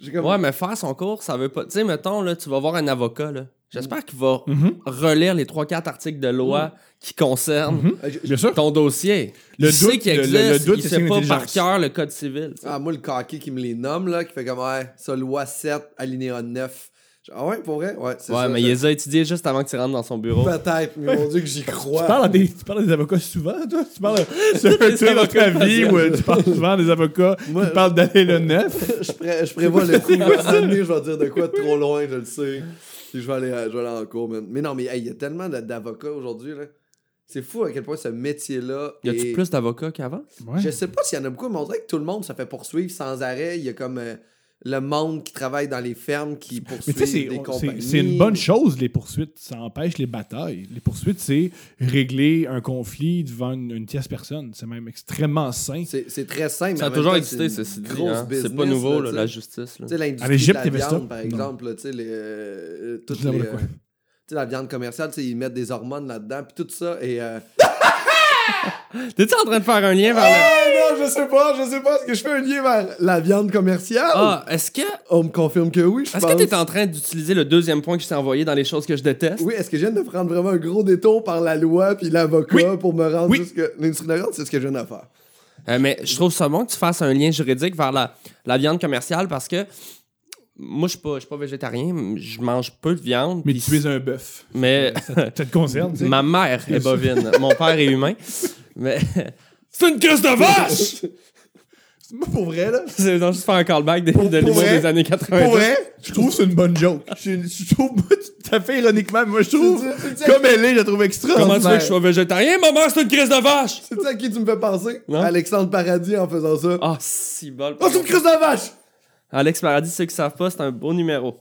Speaker 4: J'ai comme ah,
Speaker 3: Ouais, mais faire son cours, ça veut pas. Tu sais, mettons, là, tu vas voir un avocat, là.
Speaker 4: Mm.
Speaker 3: J'espère qu'il va
Speaker 2: Mhm.
Speaker 3: relire les 3-4 articles de loi qui concernent
Speaker 2: Mhm.
Speaker 4: Ah, j'ai-
Speaker 2: Bien sûr.
Speaker 3: ton dossier.
Speaker 2: Le
Speaker 3: il sait
Speaker 2: doute-
Speaker 3: qu'il
Speaker 2: le-
Speaker 3: existe,
Speaker 2: le- le doute,
Speaker 3: il
Speaker 2: c'est
Speaker 3: sait
Speaker 2: signe
Speaker 3: pas par
Speaker 2: d'intelligence.
Speaker 3: cœur le code civil. tu sais.
Speaker 4: Ah, moi, le coquet qui me les nomme, là, qui fait comme, ouais, ça, loi 7, alinéa 9. Je- Ah ouais, pour vrai? Ouais, c'est
Speaker 3: ouais,
Speaker 4: ça.
Speaker 3: mais il les a étudiés juste avant que tu rentres dans son bureau.
Speaker 4: Peut-être, mais mon Dieu que j'y
Speaker 2: Tu
Speaker 4: crois.
Speaker 2: parles, à des, tu parles à des avocats souvent, toi? Tu parles sur un
Speaker 3: Des
Speaker 2: tour dans ta
Speaker 3: avocats euh,
Speaker 2: vie où tu parles souvent des avocats
Speaker 4: Moi,
Speaker 2: qui parlent d'aller le neuf?
Speaker 4: je, pré- je prévois le coup. Un moment donné, je vais dire de quoi de trop loin, je le sais. Puis je vais aller, à- je vais aller en cours, man. Mais non, mais hey, il y a tellement de- d'avocats aujourd'hui, là. C'est fou à quel point ce métier-là.
Speaker 3: Y a-tu
Speaker 4: est-
Speaker 3: plus d'avocats qu'avant?
Speaker 2: Ouais.
Speaker 4: Je sais pas s'il y en a beaucoup, mais on dirait que tout le monde se fait poursuivre sans arrêt. Il y a comme. euh, le monde qui travaille dans les fermes qui
Speaker 2: Mais tu sais,
Speaker 4: poursuit
Speaker 2: c'est-
Speaker 4: des
Speaker 2: on- c'est
Speaker 4: compagnies.
Speaker 2: c'est une bonne chose, les poursuites. Ça empêche les batailles. Les poursuites, c'est régler un conflit devant une, une tierce personne. C'est même extrêmement sain.
Speaker 4: C'est c'est très simple. mais
Speaker 3: Ça
Speaker 4: en
Speaker 3: a
Speaker 4: même
Speaker 3: toujours
Speaker 4: temps,
Speaker 3: existé,
Speaker 4: c'est une
Speaker 3: ceci dit,
Speaker 4: grosse
Speaker 3: hein. C'est pas
Speaker 4: business,
Speaker 3: nouveau, là,
Speaker 4: tu sais.
Speaker 3: la justice. là.
Speaker 4: Tu sais,
Speaker 2: À
Speaker 4: l'industrie
Speaker 2: l'Égypte,
Speaker 4: de la
Speaker 2: il y avait ça?
Speaker 4: viande, par
Speaker 2: Non.
Speaker 4: exemple, là, tu sais, les, euh, euh, toutes
Speaker 2: Je
Speaker 4: les,
Speaker 2: n'aimerais quoi.
Speaker 4: euh, tu sais, la viande commerciale, tu sais, ils mettent des hormones là-dedans, puis tout ça, et... euh,
Speaker 3: T'es-tu en train de faire un lien vers le...
Speaker 4: Ah non, je sais pas, je sais pas, est-ce que je fais un lien vers la viande commerciale?
Speaker 3: Ah, est-ce que...
Speaker 4: On me confirme que oui, je
Speaker 3: Est-ce que t'es en train d'utiliser le deuxième point que je t'ai envoyé dans les choses que je déteste?
Speaker 4: Oui, est-ce que je viens de prendre vraiment un gros détour par la loi puis l'avocat
Speaker 2: Oui.
Speaker 4: pour me rendre
Speaker 2: Oui.
Speaker 4: jusque... L'industrie de la viande, c'est ce que je viens de faire.
Speaker 3: Euh, mais je trouve ça bon que tu fasses un lien juridique vers la, la viande commerciale parce que moi, je suis pas, je suis pas végétarien, je mange peu de viande.
Speaker 2: Mais
Speaker 3: puis-
Speaker 2: tu es un bœuf.
Speaker 3: mais
Speaker 2: Ça te concerne, tu sais.
Speaker 3: ma mère est bovine, mon père est humain. Mais
Speaker 2: C'est une crise de vache! Moi, pour vrai, là,
Speaker 3: c'est donc juste faire un callback de, de
Speaker 2: pour
Speaker 3: l'humour
Speaker 2: vrai,
Speaker 3: des années 80.
Speaker 2: pour vrai, je trouve que c'est une bonne joke. Je, je trouve, moi, tout à fait ironiquement, mais moi, je trouve,
Speaker 4: C'est
Speaker 2: comme elle est, je la trouve extra.
Speaker 3: Comment tu veux que je sois végétarien? Ma mère, c'est une crise de vache!
Speaker 4: tu à qui tu me fais penser?
Speaker 3: Non.
Speaker 4: Alexandre Paradis en faisant ça.
Speaker 3: Ah, si bol.
Speaker 4: Oh, c'est une crise de vache!
Speaker 3: Alex Paradis, ceux qui savent pas, c'est un beau numéro.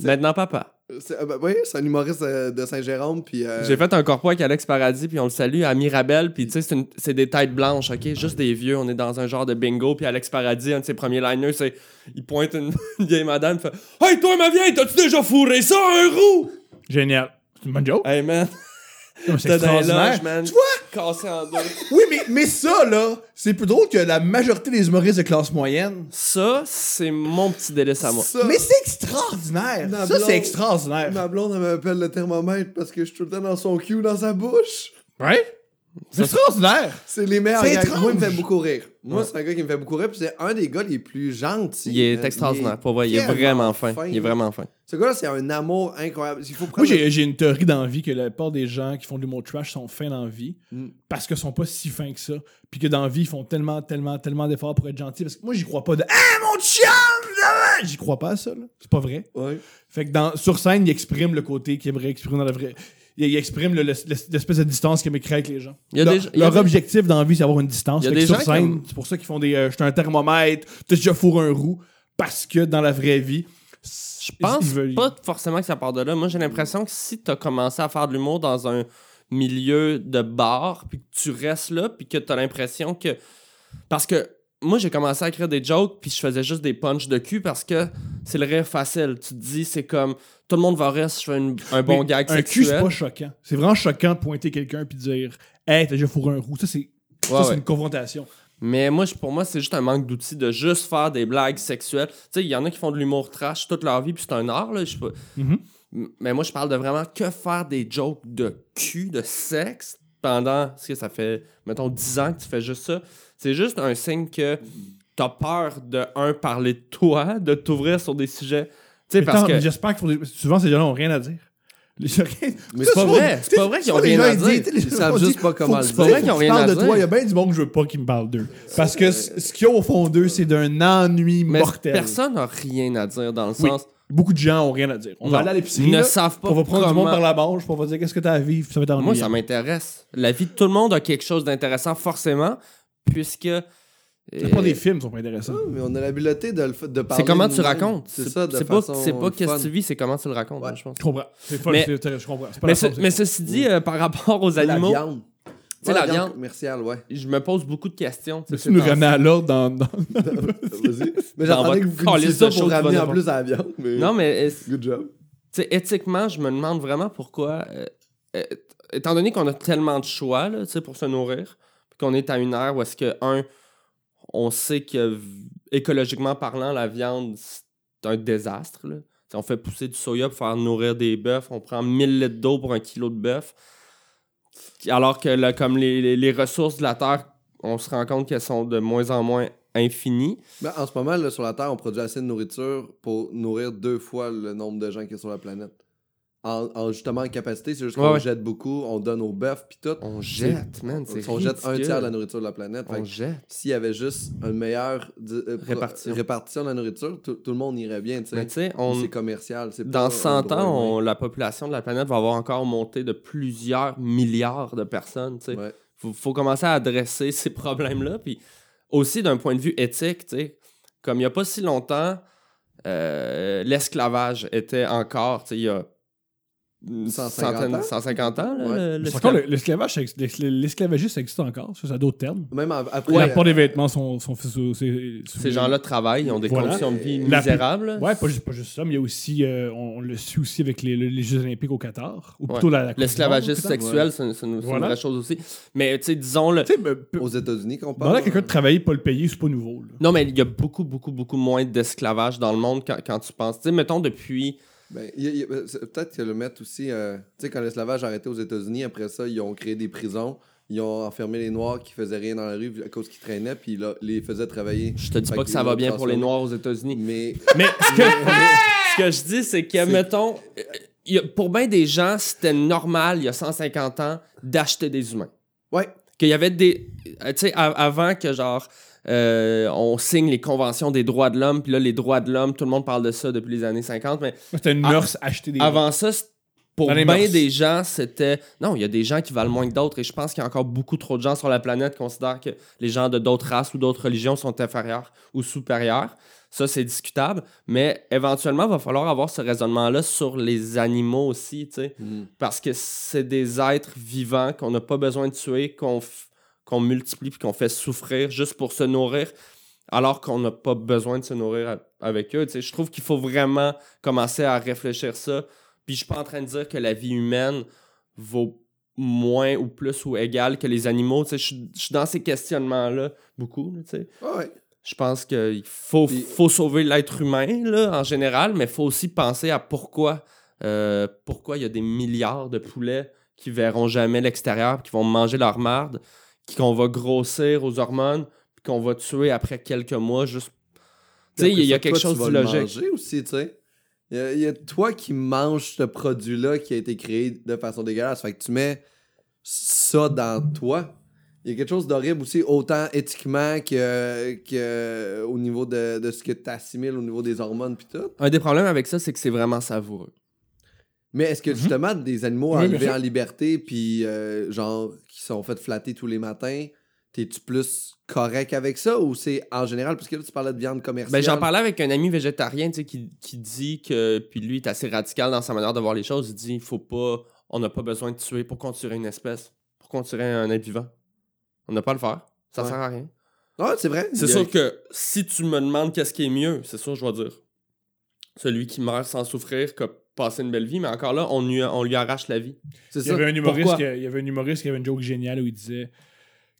Speaker 3: Maintenant, papa.
Speaker 4: C'est- euh, ben, oui, c'est un humoriste euh, de Saint-Jérôme, puis... euh,
Speaker 3: J'ai fait un corpo avec Alex Paradis, puis on le salue à Mirabel, puis tu sais, c'est une- c'est des têtes blanches, ok? Juste des vieux, on est dans un genre de bingo, puis Alex Paradis, un de ses premiers liners, c'est. Il pointe une, une vieille madame, il fait Hey, toi, ma vieille, t'as-tu déjà fourré ça, un roux?
Speaker 2: Génial. C'est une bonne joke.
Speaker 3: Hey, man,
Speaker 2: c'est
Speaker 3: t'as dans les
Speaker 2: extraordinaire.
Speaker 3: loges, man.
Speaker 2: Tu vois?
Speaker 3: Cassé en deux.
Speaker 2: Oui, mais, mais ça, là, c'est plus drôle que la majorité des humoristes de classe moyenne.
Speaker 3: Ça, c'est mon petit délice à moi.
Speaker 4: ça.
Speaker 2: Mais c'est extraordinaire.
Speaker 4: Ma
Speaker 2: ça,
Speaker 4: blonde-
Speaker 2: c'est extraordinaire.
Speaker 4: Ma blonde, elle m'appelle le thermomètre parce que je suis tout le temps dans son cul, dans sa bouche.
Speaker 2: Ouais? C'est
Speaker 3: Ça,
Speaker 2: extraordinaire.
Speaker 4: C'est les meilleurs
Speaker 2: C'est
Speaker 4: gars.
Speaker 2: étrange.
Speaker 4: Moi, il me fait beaucoup rire. Moi,
Speaker 3: Ouais.
Speaker 4: c'est un gars qui me fait beaucoup rire, puis c'est un des gars les plus gentils.
Speaker 3: Il est
Speaker 4: Euh,
Speaker 3: extraordinaire, pour vrai. Il est vraiment
Speaker 4: tellement
Speaker 3: fin. Il est vraiment fin.
Speaker 4: Ce gars-là, c'est un amour incroyable. Il faut
Speaker 2: Moi,
Speaker 4: prendre...
Speaker 2: j'ai j'ai une théorie dans la vie que la plupart des gens qui font de l'humour trash sont fins dans la vie
Speaker 3: Hmm.
Speaker 4: Mm.
Speaker 2: parce qu'ils sont pas si fins que ça. Puis que dans la vie, ils font tellement, tellement, tellement d'efforts pour être gentils. Parce que moi, j'y crois pas de Ah, mon chum! ah! J'y crois pas à ça, là. C'est pas vrai.
Speaker 4: Ouais.
Speaker 2: Fait que dans, sur scène, il exprime le côté qu'il aimerait exprimer dans la vraie. Il, il exprime le- le- l'espèce de distance qu'il aimerait créer avec les gens.
Speaker 3: Il y a
Speaker 2: leur
Speaker 3: des- il y a
Speaker 2: leur
Speaker 3: des-
Speaker 2: objectif dans la vie, c'est avoir une distance.
Speaker 3: Il y a
Speaker 2: Fait que
Speaker 3: des
Speaker 2: sur
Speaker 3: gens qui
Speaker 2: scène,
Speaker 3: aiment-
Speaker 2: c'est pour ça qu'ils font des. euh, J'étais un thermomètre, t'as déjà fourré un roux. Parce que dans la vraie vie,
Speaker 3: Je
Speaker 2: ils-
Speaker 3: pense
Speaker 2: ils veulent-
Speaker 3: pas forcément que ça part de là. Moi, j'ai l'impression que si t'as commencé à faire de l'humour dans un milieu de bar, puis que tu restes là, puis que t'as l'impression que... Parce que moi, j'ai commencé à écrire des jokes, puis je faisais juste des punches de cul parce que c'est le rire facile. Tu te dis, c'est comme... Tout le monde va rire si je fais une- un bon
Speaker 2: Mais
Speaker 3: gag
Speaker 2: Un cul, c'est
Speaker 3: sexuel.
Speaker 2: pas choquant. C'est vraiment choquant de pointer quelqu'un puis de dire Hey, t'as déjà fourré un roux. Ça, c'est ça,
Speaker 3: Ouais,
Speaker 2: c'est
Speaker 3: ouais.
Speaker 2: une confrontation.
Speaker 3: Mais moi, je- pour moi, c'est juste un manque d'outils de juste faire des blagues sexuelles. Tu sais, il y en a qui font de l'humour trash toute leur vie, puis c'est un art, là. je sais pas.
Speaker 2: Mhm.
Speaker 3: M- Mais moi, je parle de vraiment que faire des jokes de cul, de sexe, pendant, ce que ça fait, mettons, 10 ans que tu fais juste ça. C'est juste un signe que t'as peur de, un, parler de toi, de t'ouvrir sur des sujets. Tu sais,
Speaker 2: Mais
Speaker 3: parce
Speaker 2: tant-
Speaker 3: que.
Speaker 2: mais J'espère que pour des- souvent, ces gens-là n'ont rien à dire. Les gens-
Speaker 4: Mais
Speaker 2: Ça,
Speaker 4: c'est pas
Speaker 2: souvent, tu
Speaker 3: vrai.
Speaker 2: sais,
Speaker 3: C'est pas vrai qu'ils
Speaker 2: souvent,
Speaker 3: ont
Speaker 2: les
Speaker 3: rien
Speaker 2: gens,
Speaker 3: à
Speaker 2: ils
Speaker 3: dire.
Speaker 2: disent, les
Speaker 4: Ils
Speaker 2: gens
Speaker 4: savent
Speaker 2: disent,
Speaker 4: juste pas comment
Speaker 2: Faut que
Speaker 4: le
Speaker 2: tu
Speaker 4: dire.
Speaker 3: C'est vrai qu'ils ont
Speaker 2: Tu
Speaker 3: rien
Speaker 2: parles
Speaker 3: à
Speaker 2: de
Speaker 3: dire.
Speaker 2: toi, il y a bien du monde que je veux pas qu'ils me parlent d'eux. Parce que c- ce qu'il y a au fond d'eux, c'est d'un ennui
Speaker 3: mais
Speaker 2: mortel.
Speaker 3: personne n'a rien à dire dans le
Speaker 2: Oui.
Speaker 3: sens.
Speaker 2: Beaucoup de gens ont rien à dire. On
Speaker 3: Non.
Speaker 2: va aller à
Speaker 3: Ils
Speaker 2: l'épicerie.
Speaker 3: ne
Speaker 2: là,
Speaker 3: savent pas.
Speaker 2: On va prendre du monde
Speaker 3: comment-
Speaker 2: par la manche, puis on va dire qu'est-ce que t'as à vivre, puis ça va t'ennuyer.
Speaker 3: Moi, ça m'intéresse. La vie de tout le monde a quelque chose d'intéressant, forcément, puisque. euh,
Speaker 2: La plupart des films sont pas intéressants.
Speaker 4: Mais on a l'habileté de, le fa- de parler.
Speaker 3: C'est comment tu
Speaker 4: nous-mêmes.
Speaker 3: racontes.
Speaker 4: C'est ça, de
Speaker 3: C'est pas,
Speaker 4: façon
Speaker 3: c'est pas qu'est-ce
Speaker 4: fun.
Speaker 3: que tu vis, c'est comment tu le racontes, moi, je pense.
Speaker 2: Je comprends. C'est fun,
Speaker 3: Mais-
Speaker 2: c'est intéressant, je comprends. C'est pas
Speaker 3: Mais,
Speaker 2: la
Speaker 3: ce-
Speaker 2: forme,
Speaker 3: mais ceci
Speaker 2: Mm.
Speaker 3: dit, euh, par rapport aux
Speaker 4: La
Speaker 3: animaux,
Speaker 4: viande.
Speaker 3: sais,
Speaker 4: Ouais,
Speaker 3: la viande.
Speaker 4: commerciale, ouais.
Speaker 3: je me pose beaucoup de questions.
Speaker 2: c'est-
Speaker 3: sais,
Speaker 2: Tu nous
Speaker 3: ces
Speaker 2: remets à l'ordre dans, dans-
Speaker 4: Vas-y. Mais
Speaker 3: Dans
Speaker 4: j'entendais
Speaker 3: votre
Speaker 4: que vous finissez
Speaker 3: calice
Speaker 4: ça
Speaker 3: de
Speaker 4: pour
Speaker 3: show, tu
Speaker 4: ramener
Speaker 3: vas
Speaker 4: en plus à la viande. Mais...
Speaker 3: temps-là. Non, mais euh, tu
Speaker 4: Good job.
Speaker 3: sais, éthiquement, je me demande vraiment pourquoi. euh, euh, étant donné qu'on a tellement de choix là, tu sais, pour se nourrir, puis qu'on est à une ère où est-ce que, un, on sait que v- écologiquement parlant, la viande, c'est un désastre. là. T'sais, on fait pousser du soya pour faire nourrir des bœufs. On prend 1000 litres d'eau pour un kilo de bœuf. Alors que là, comme les, les- les ressources de la Terre, on se rend compte qu'elles sont de moins en moins infinies.
Speaker 4: Ben, en ce moment, là, sur la Terre, on produit assez de nourriture pour nourrir deux fois le nombre de gens qui sont sur la planète. En, en justement en capacité, c'est juste qu'on
Speaker 3: Ouais, ouais.
Speaker 4: jette beaucoup, on donne aux bœufs puis tout.
Speaker 3: On jette, man. c'est
Speaker 4: On jette un
Speaker 3: ridicule.
Speaker 4: tiers de la nourriture de la planète. Fait
Speaker 3: On
Speaker 4: que
Speaker 3: jette.
Speaker 4: S'il y avait juste une meilleure di- euh, pro-
Speaker 3: Répartition.
Speaker 4: répartition de la nourriture, tout tout le monde irait bien. tu sais.
Speaker 3: Mais tu sais,
Speaker 4: Mais
Speaker 3: on,
Speaker 4: C'est commercial. c'est pas
Speaker 3: Dans
Speaker 4: un
Speaker 3: 100
Speaker 4: droit
Speaker 3: ans,
Speaker 4: humain.
Speaker 3: on- la population de la planète va avoir encore monté de plusieurs milliards de personnes. Il
Speaker 4: Ouais.
Speaker 3: faut, faut commencer à adresser ces problèmes-là. Puis aussi d'un point de vue éthique, tu sais, comme il n'y a pas si longtemps, euh, l'esclavage était encore, tu sais, il y a une
Speaker 4: 150
Speaker 3: centaine-
Speaker 4: ans?
Speaker 3: 150 ans,
Speaker 4: Ouais.
Speaker 3: là,
Speaker 2: Mais
Speaker 3: le-
Speaker 2: c'est
Speaker 3: l'esclav-
Speaker 2: encore le- l'esclavage, ça ex- l'ex- l'esclavagisme, ça existe encore. Ça, ça a d'autres termes.
Speaker 4: Même av- après.
Speaker 2: La plupart des vêtements sont, sont faits sous, c'est- sous-
Speaker 3: Ces gens-là travaillent, ils ont des
Speaker 2: Voilà.
Speaker 3: conditions de vie
Speaker 2: La-
Speaker 3: misérables.
Speaker 2: Ouais, pas juste, pas juste ça, mais il y a aussi, euh, on, on le suit aussi avec les, les Jeux Olympiques au Qatar, ou plutôt la, la Coupe du Monde,
Speaker 3: L'esclavagisme
Speaker 2: peut-être.
Speaker 3: sexuel, c'est une, c'est une- c'est une
Speaker 2: Voilà.
Speaker 3: vraie chose aussi. Mais tu sais, disons le.
Speaker 2: Tu sais, mais peu-
Speaker 4: euh, Aux États-Unis qu'on parle. euh,
Speaker 2: demander à quelqu'un de travailler, pas le payer, c'est pas nouveau. là.
Speaker 3: Non, mais il y a beaucoup, beaucoup, beaucoup moins d'esclavage dans le monde quand, quand tu penses. Tu sais, mettons depuis.
Speaker 4: Ben, il y a- il y a- euh, c'est- Peut-être que le mettre aussi. euh, tu sais, quand l'esclavage a arrêté aux États-Unis, après ça, ils ont créé des prisons. Ils ont enfermé les Noirs qui faisaient rien dans la rue à cause qu'ils traînaient, puis là, les faisaient travailler.
Speaker 3: Je te dis
Speaker 4: Fait
Speaker 3: pas que
Speaker 4: qu'ils
Speaker 3: ça va
Speaker 4: l'ont
Speaker 3: bien pour les
Speaker 4: transformé.
Speaker 3: Noirs aux États-Unis.
Speaker 4: Mais.
Speaker 3: Mais ce que, ce que je dis, c'est que,
Speaker 4: C'est-
Speaker 3: mettons, euh, il y a- pour bien des gens, c'était normal, il y a 150 ans, d'acheter des humains.
Speaker 4: Ouais.
Speaker 3: Qu'il y avait des. euh, Tu sais, a- avant que, genre, euh, on signe les conventions des droits de l'homme, puis là, les droits de l'homme, tout le monde parle de ça depuis les années 50, mais
Speaker 2: C'était une
Speaker 3: Ah,
Speaker 2: mœurs acheter des.
Speaker 3: avant ça, c'est- pour
Speaker 2: Dans les
Speaker 3: bien
Speaker 2: mœurs.
Speaker 3: des gens, c'était. Non, il y a des gens qui valent moins que d'autres, et je pense qu'il y a encore beaucoup trop de gens sur la planète qui considèrent que les gens de d'autres races ou d'autres religions sont inférieurs ou supérieurs. Ça, c'est discutable, mais éventuellement, il va falloir avoir ce raisonnement-là sur les animaux aussi, tu sais,
Speaker 4: Hmm.
Speaker 3: parce que c'est des êtres vivants qu'on n'a pas besoin de tuer, qu'on f- qu'on multiplie puis qu'on fait souffrir juste pour se nourrir, alors qu'on n'a pas besoin de se nourrir a- avec eux. tu sais. Je trouve qu'il faut vraiment commencer à réfléchir ça. Puis je suis pas en train de dire que la vie humaine vaut moins ou plus ou égal que les animaux. tu sais. Je suis- je suis dans ces questionnements-là beaucoup. là, tu sais.
Speaker 4: Ouais, ouais.
Speaker 3: Je pense qu'il faut,
Speaker 4: Puis-
Speaker 3: faut sauver l'être humain là, en général, mais il faut aussi penser à pourquoi euh, pourquoi il y a des milliards de poulets qui verront jamais l'extérieur, qui vont manger leur marde, qui- qu'on va grossir aux hormones, puis qu'on va tuer après quelques mois juste. Tu sais, il y a- il y a
Speaker 4: Après
Speaker 3: quelque
Speaker 4: ça,
Speaker 3: chose
Speaker 4: toi,
Speaker 3: de
Speaker 4: tu vas le
Speaker 3: logique.
Speaker 4: manger aussi, tu sais. Il y a- il y, a toi qui manges ce produit-là qui a été créé de façon dégueulasse. Fait que tu mets ça dans toi. Il y a quelque chose d'horrible aussi, autant éthiquement que, que au niveau de, de ce que tu assimiles, au niveau des hormones puis tout.
Speaker 3: Un des problèmes avec ça, c'est que c'est vraiment savoureux.
Speaker 4: Mais est-ce
Speaker 3: Mm-hmm.
Speaker 4: que justement des animaux
Speaker 2: Oui, bien
Speaker 4: enlevés
Speaker 2: sûr.
Speaker 4: en liberté puis euh, genre qui sont fait flatter tous les matins, t'es-tu plus correct avec ça ou c'est en général? Parce que là, tu parlais de viande commerciale.
Speaker 3: Ben, j'en parlais avec un ami végétarien tu sais, qui, qui dit que, puis lui, il est assez radical dans sa manière de voir les choses. Il dit il faut pas, on n'a pas besoin de tuer pour conturer une espèce, pour conturer un être vivant. On n'a pas à le faire. Ça
Speaker 4: Ouais.
Speaker 3: sert à rien.
Speaker 4: Ah, c'est vrai.
Speaker 3: C'est
Speaker 4: Il y a-
Speaker 3: sûr que si tu me demandes qu'est-ce qui est mieux, c'est sûr, je vais dire celui qui meurt sans souffrir que passer une belle vie, mais encore là, on lui, on lui arrache la vie.
Speaker 4: C'est
Speaker 2: Il y, avait un humoriste
Speaker 3: Pourquoi?
Speaker 2: qui, il y avait un humoriste qui avait une joke géniale où il disait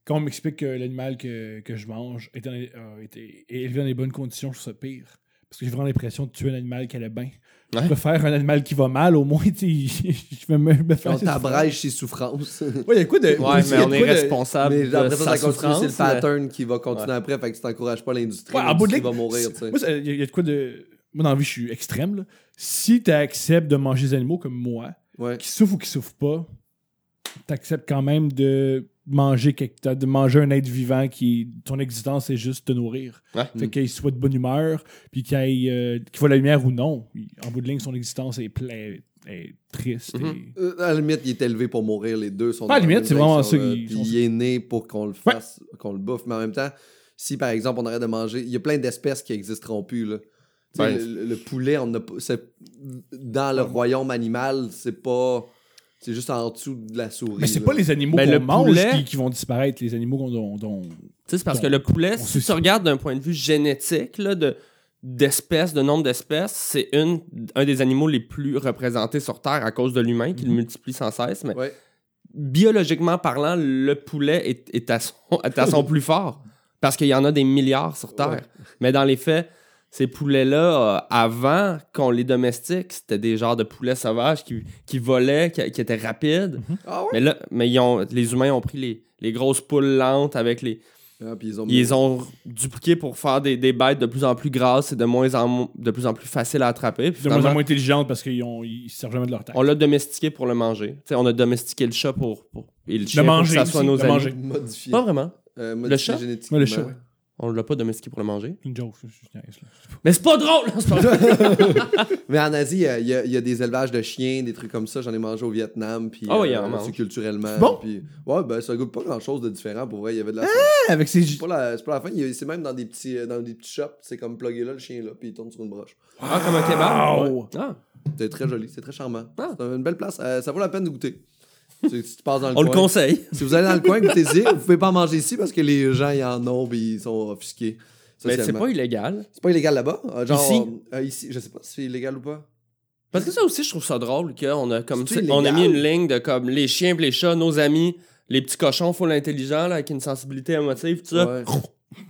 Speaker 2: Quand on m'explique que l'animal que, que je mange est, dans les- euh, est- est élevé dans les bonnes conditions, je trouve ça pire. Parce que j'ai vraiment l'impression de tuer un animal qui allait bien.
Speaker 3: Ouais.
Speaker 2: Je préfère un animal qui va mal, au moins, tu sais, je vais me, me faire.
Speaker 4: On t'abrège ses souffrances.
Speaker 2: Ouais, il y a quoi de.
Speaker 3: Ouais,
Speaker 2: il y a
Speaker 3: mais on
Speaker 2: de
Speaker 3: est
Speaker 2: quoi de-
Speaker 3: responsable
Speaker 4: mais
Speaker 3: de
Speaker 4: après ça,
Speaker 3: sa
Speaker 4: ça continue,
Speaker 3: souffrance.
Speaker 4: c'est le
Speaker 3: mais-
Speaker 4: pattern qui va continuer après, fait que tu t'encourages pas l'industrie,
Speaker 2: Ouais, en
Speaker 4: l'industrie
Speaker 2: bout de ligne,
Speaker 4: va mourir,
Speaker 2: c'est-
Speaker 4: tu sais.
Speaker 2: Moi, ça- il y, a- il y a de quoi de. Moi, dans la vie, je suis extrême. là. Si tu acceptes de manger des animaux comme moi,
Speaker 4: Ouais.
Speaker 2: qui souffrent ou qui souffrent pas, tu acceptes quand même de manger quelque, t'as- de manger un être vivant qui ton existence est juste de nourrir.
Speaker 3: Ouais.
Speaker 2: Fait qu'il soit de bonne humeur, puis qu'il aille, euh, qu'il voit la lumière ou non. il- En bout de ligne, son existence est plein, est triste.
Speaker 3: Mhm.
Speaker 2: et-
Speaker 4: Euh, À la limite, il est élevé pour mourir, les deux sont
Speaker 2: Pas à la
Speaker 4: dans
Speaker 2: limite,
Speaker 4: même
Speaker 2: c'est vraiment
Speaker 4: direction,
Speaker 2: ça,
Speaker 4: là.
Speaker 2: ils
Speaker 4: Puis
Speaker 2: sont-
Speaker 4: il est né pour qu'on le fasse, qu'on le bouffe, mais en même temps, si par exemple on arrête de manger, il y a plein d'espèces qui existeront plus, là. Tu sais,
Speaker 3: Ben,
Speaker 4: le, le poulet, on n'a pas- c'est- dans le royaume animal, c'est pas. C'est juste en dessous de la souris.
Speaker 2: Mais c'est
Speaker 4: là.
Speaker 2: pas les animaux
Speaker 3: Ben,
Speaker 2: qu'on
Speaker 3: le
Speaker 2: mange
Speaker 3: poulet-
Speaker 2: qui, qui vont disparaître, les animaux qu'on- dont, dont-
Speaker 3: Tu sais, c'est parce
Speaker 2: Donc,
Speaker 3: que le poulet,
Speaker 2: on
Speaker 3: si
Speaker 2: sait
Speaker 3: tu
Speaker 2: ça.
Speaker 3: regardes d'un point de vue génétique, là, de d'espèces, de nombre d'espèces, c'est une un des animaux les plus représentés sur Terre à cause de l'humain qui le
Speaker 2: Mhm.
Speaker 3: multiplie sans cesse. Mais
Speaker 4: Ouais.
Speaker 3: biologiquement parlant, le poulet est, est à, son, est à son plus fort parce qu'il y en a des milliards sur Terre.
Speaker 4: Ouais.
Speaker 3: Mais dans les faits, ces poulets-là, euh, avant qu'on les domestique, c'était des genres de poulets sauvages qui, qui volaient, qui, qui étaient rapides.
Speaker 2: Mhm.
Speaker 4: Ah ouais?
Speaker 3: Mais là, mais ils ont, les humains ont pris les, les grosses poules lentes avec les.
Speaker 4: Ah, puis ils ont
Speaker 3: Ils les ont dupliquées pour faire des, des bêtes de plus en plus grasses et de moins en mo- de plus en plus faciles à attraper. Puis
Speaker 2: de moins en
Speaker 3: finalement,
Speaker 2: moins intelligentes parce qu'ils ont- ils servent jamais de leur temps.
Speaker 3: On l'a domestiqué pour le manger. Tu sais, on a domestiqué le chat pour, pour- et le chien pour
Speaker 2: manger
Speaker 3: que ça soit
Speaker 2: aussi,
Speaker 3: nos
Speaker 2: le
Speaker 3: amis.
Speaker 2: manger.
Speaker 4: modifié.
Speaker 3: Pas vraiment.
Speaker 4: Euh, modifié
Speaker 3: chat?
Speaker 4: génétiquement.
Speaker 2: Ouais, le chat, ouais.
Speaker 3: On l'a pas domestiqué pour le manger.
Speaker 2: Une joke, je suis niaise, là.
Speaker 3: Mais c'est pas drôle! c'est pas vrai.
Speaker 4: Mais en Asie, il y, a- il y a- il y a des élevages de chiens, des trucs comme ça. J'en ai mangé au Vietnam. Puis,
Speaker 3: Ah ouais, il y en
Speaker 4: euh,
Speaker 3: mange.
Speaker 4: c'est culturellement.
Speaker 2: C'est bon?
Speaker 4: Puis, ouais, ben, ça goûte pas grand chose de différent. Pour vrai, il y avait de la.
Speaker 2: Ah, avec ses.
Speaker 4: C'est pas la, c'est pas la fin. il y a- C'est même dans des petits, euh, dans des petits shops. C'est comme plugué là, le chien là. Puis il tourne sur une broche.
Speaker 3: Ah, comme un kebab?
Speaker 2: Wow.
Speaker 3: Ouais. Ah.
Speaker 4: C'est très joli. C'est très charmant.
Speaker 3: Ah.
Speaker 4: C'est une belle place. euh, ça vaut la peine de goûter. si si tu passes dans le
Speaker 3: On le
Speaker 4: coin.
Speaker 3: conseille.
Speaker 4: si vous allez dans le coin, goûtez-y. Vous pouvez pas en manger ici parce que les gens, ils en ont. Puis ils sont offusqués.
Speaker 3: Mais c'est
Speaker 4: socialement.
Speaker 3: pas illégal.
Speaker 4: C'est pas illégal là-bas? Euh, genre,
Speaker 3: Ici?
Speaker 4: euh, euh, ici, je sais pas si c'est illégal ou pas.
Speaker 3: Parce que ça aussi, je trouve ça drôle qu'on a comme
Speaker 4: C'est-tu
Speaker 3: on a mis
Speaker 4: illégal?
Speaker 3: une ligne de comme les chiens, pis les chats, nos amis, les petits cochons, full intelligents, là, avec une sensibilité émotive, tout ça.
Speaker 4: Ouais.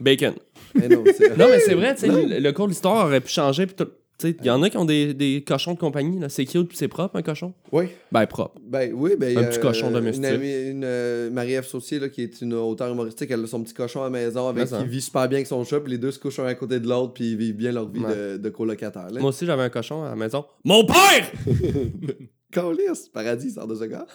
Speaker 3: Bacon.
Speaker 4: Mais Eh non, c'est-
Speaker 3: Non, mais c'est vrai, tu sais, le, le cours de l'histoire aurait pu changer. pis tout. Tu sais, Il y en a qui ont des, des cochons de compagnie. là. C'est cute, pis c'est propre, un cochon.
Speaker 4: Oui.
Speaker 3: Ben, propre.
Speaker 4: Ben oui, ben.
Speaker 3: Un petit cochon domestique.
Speaker 4: Une, amie- une, euh, Marie-Ève Saucier, là, qui est une auteure humoristique, elle a son petit cochon à la maison avec
Speaker 3: Mais ça.
Speaker 4: qui vit super bien avec son chat, puis les deux se couchent un à côté de l'autre, puis ils vivent bien leur vie
Speaker 3: Ouais.
Speaker 4: de, de colocataire. Là.
Speaker 3: Moi aussi, j'avais un cochon à la maison. Mon père!
Speaker 4: Câlisse, paradis, sort de ce gars.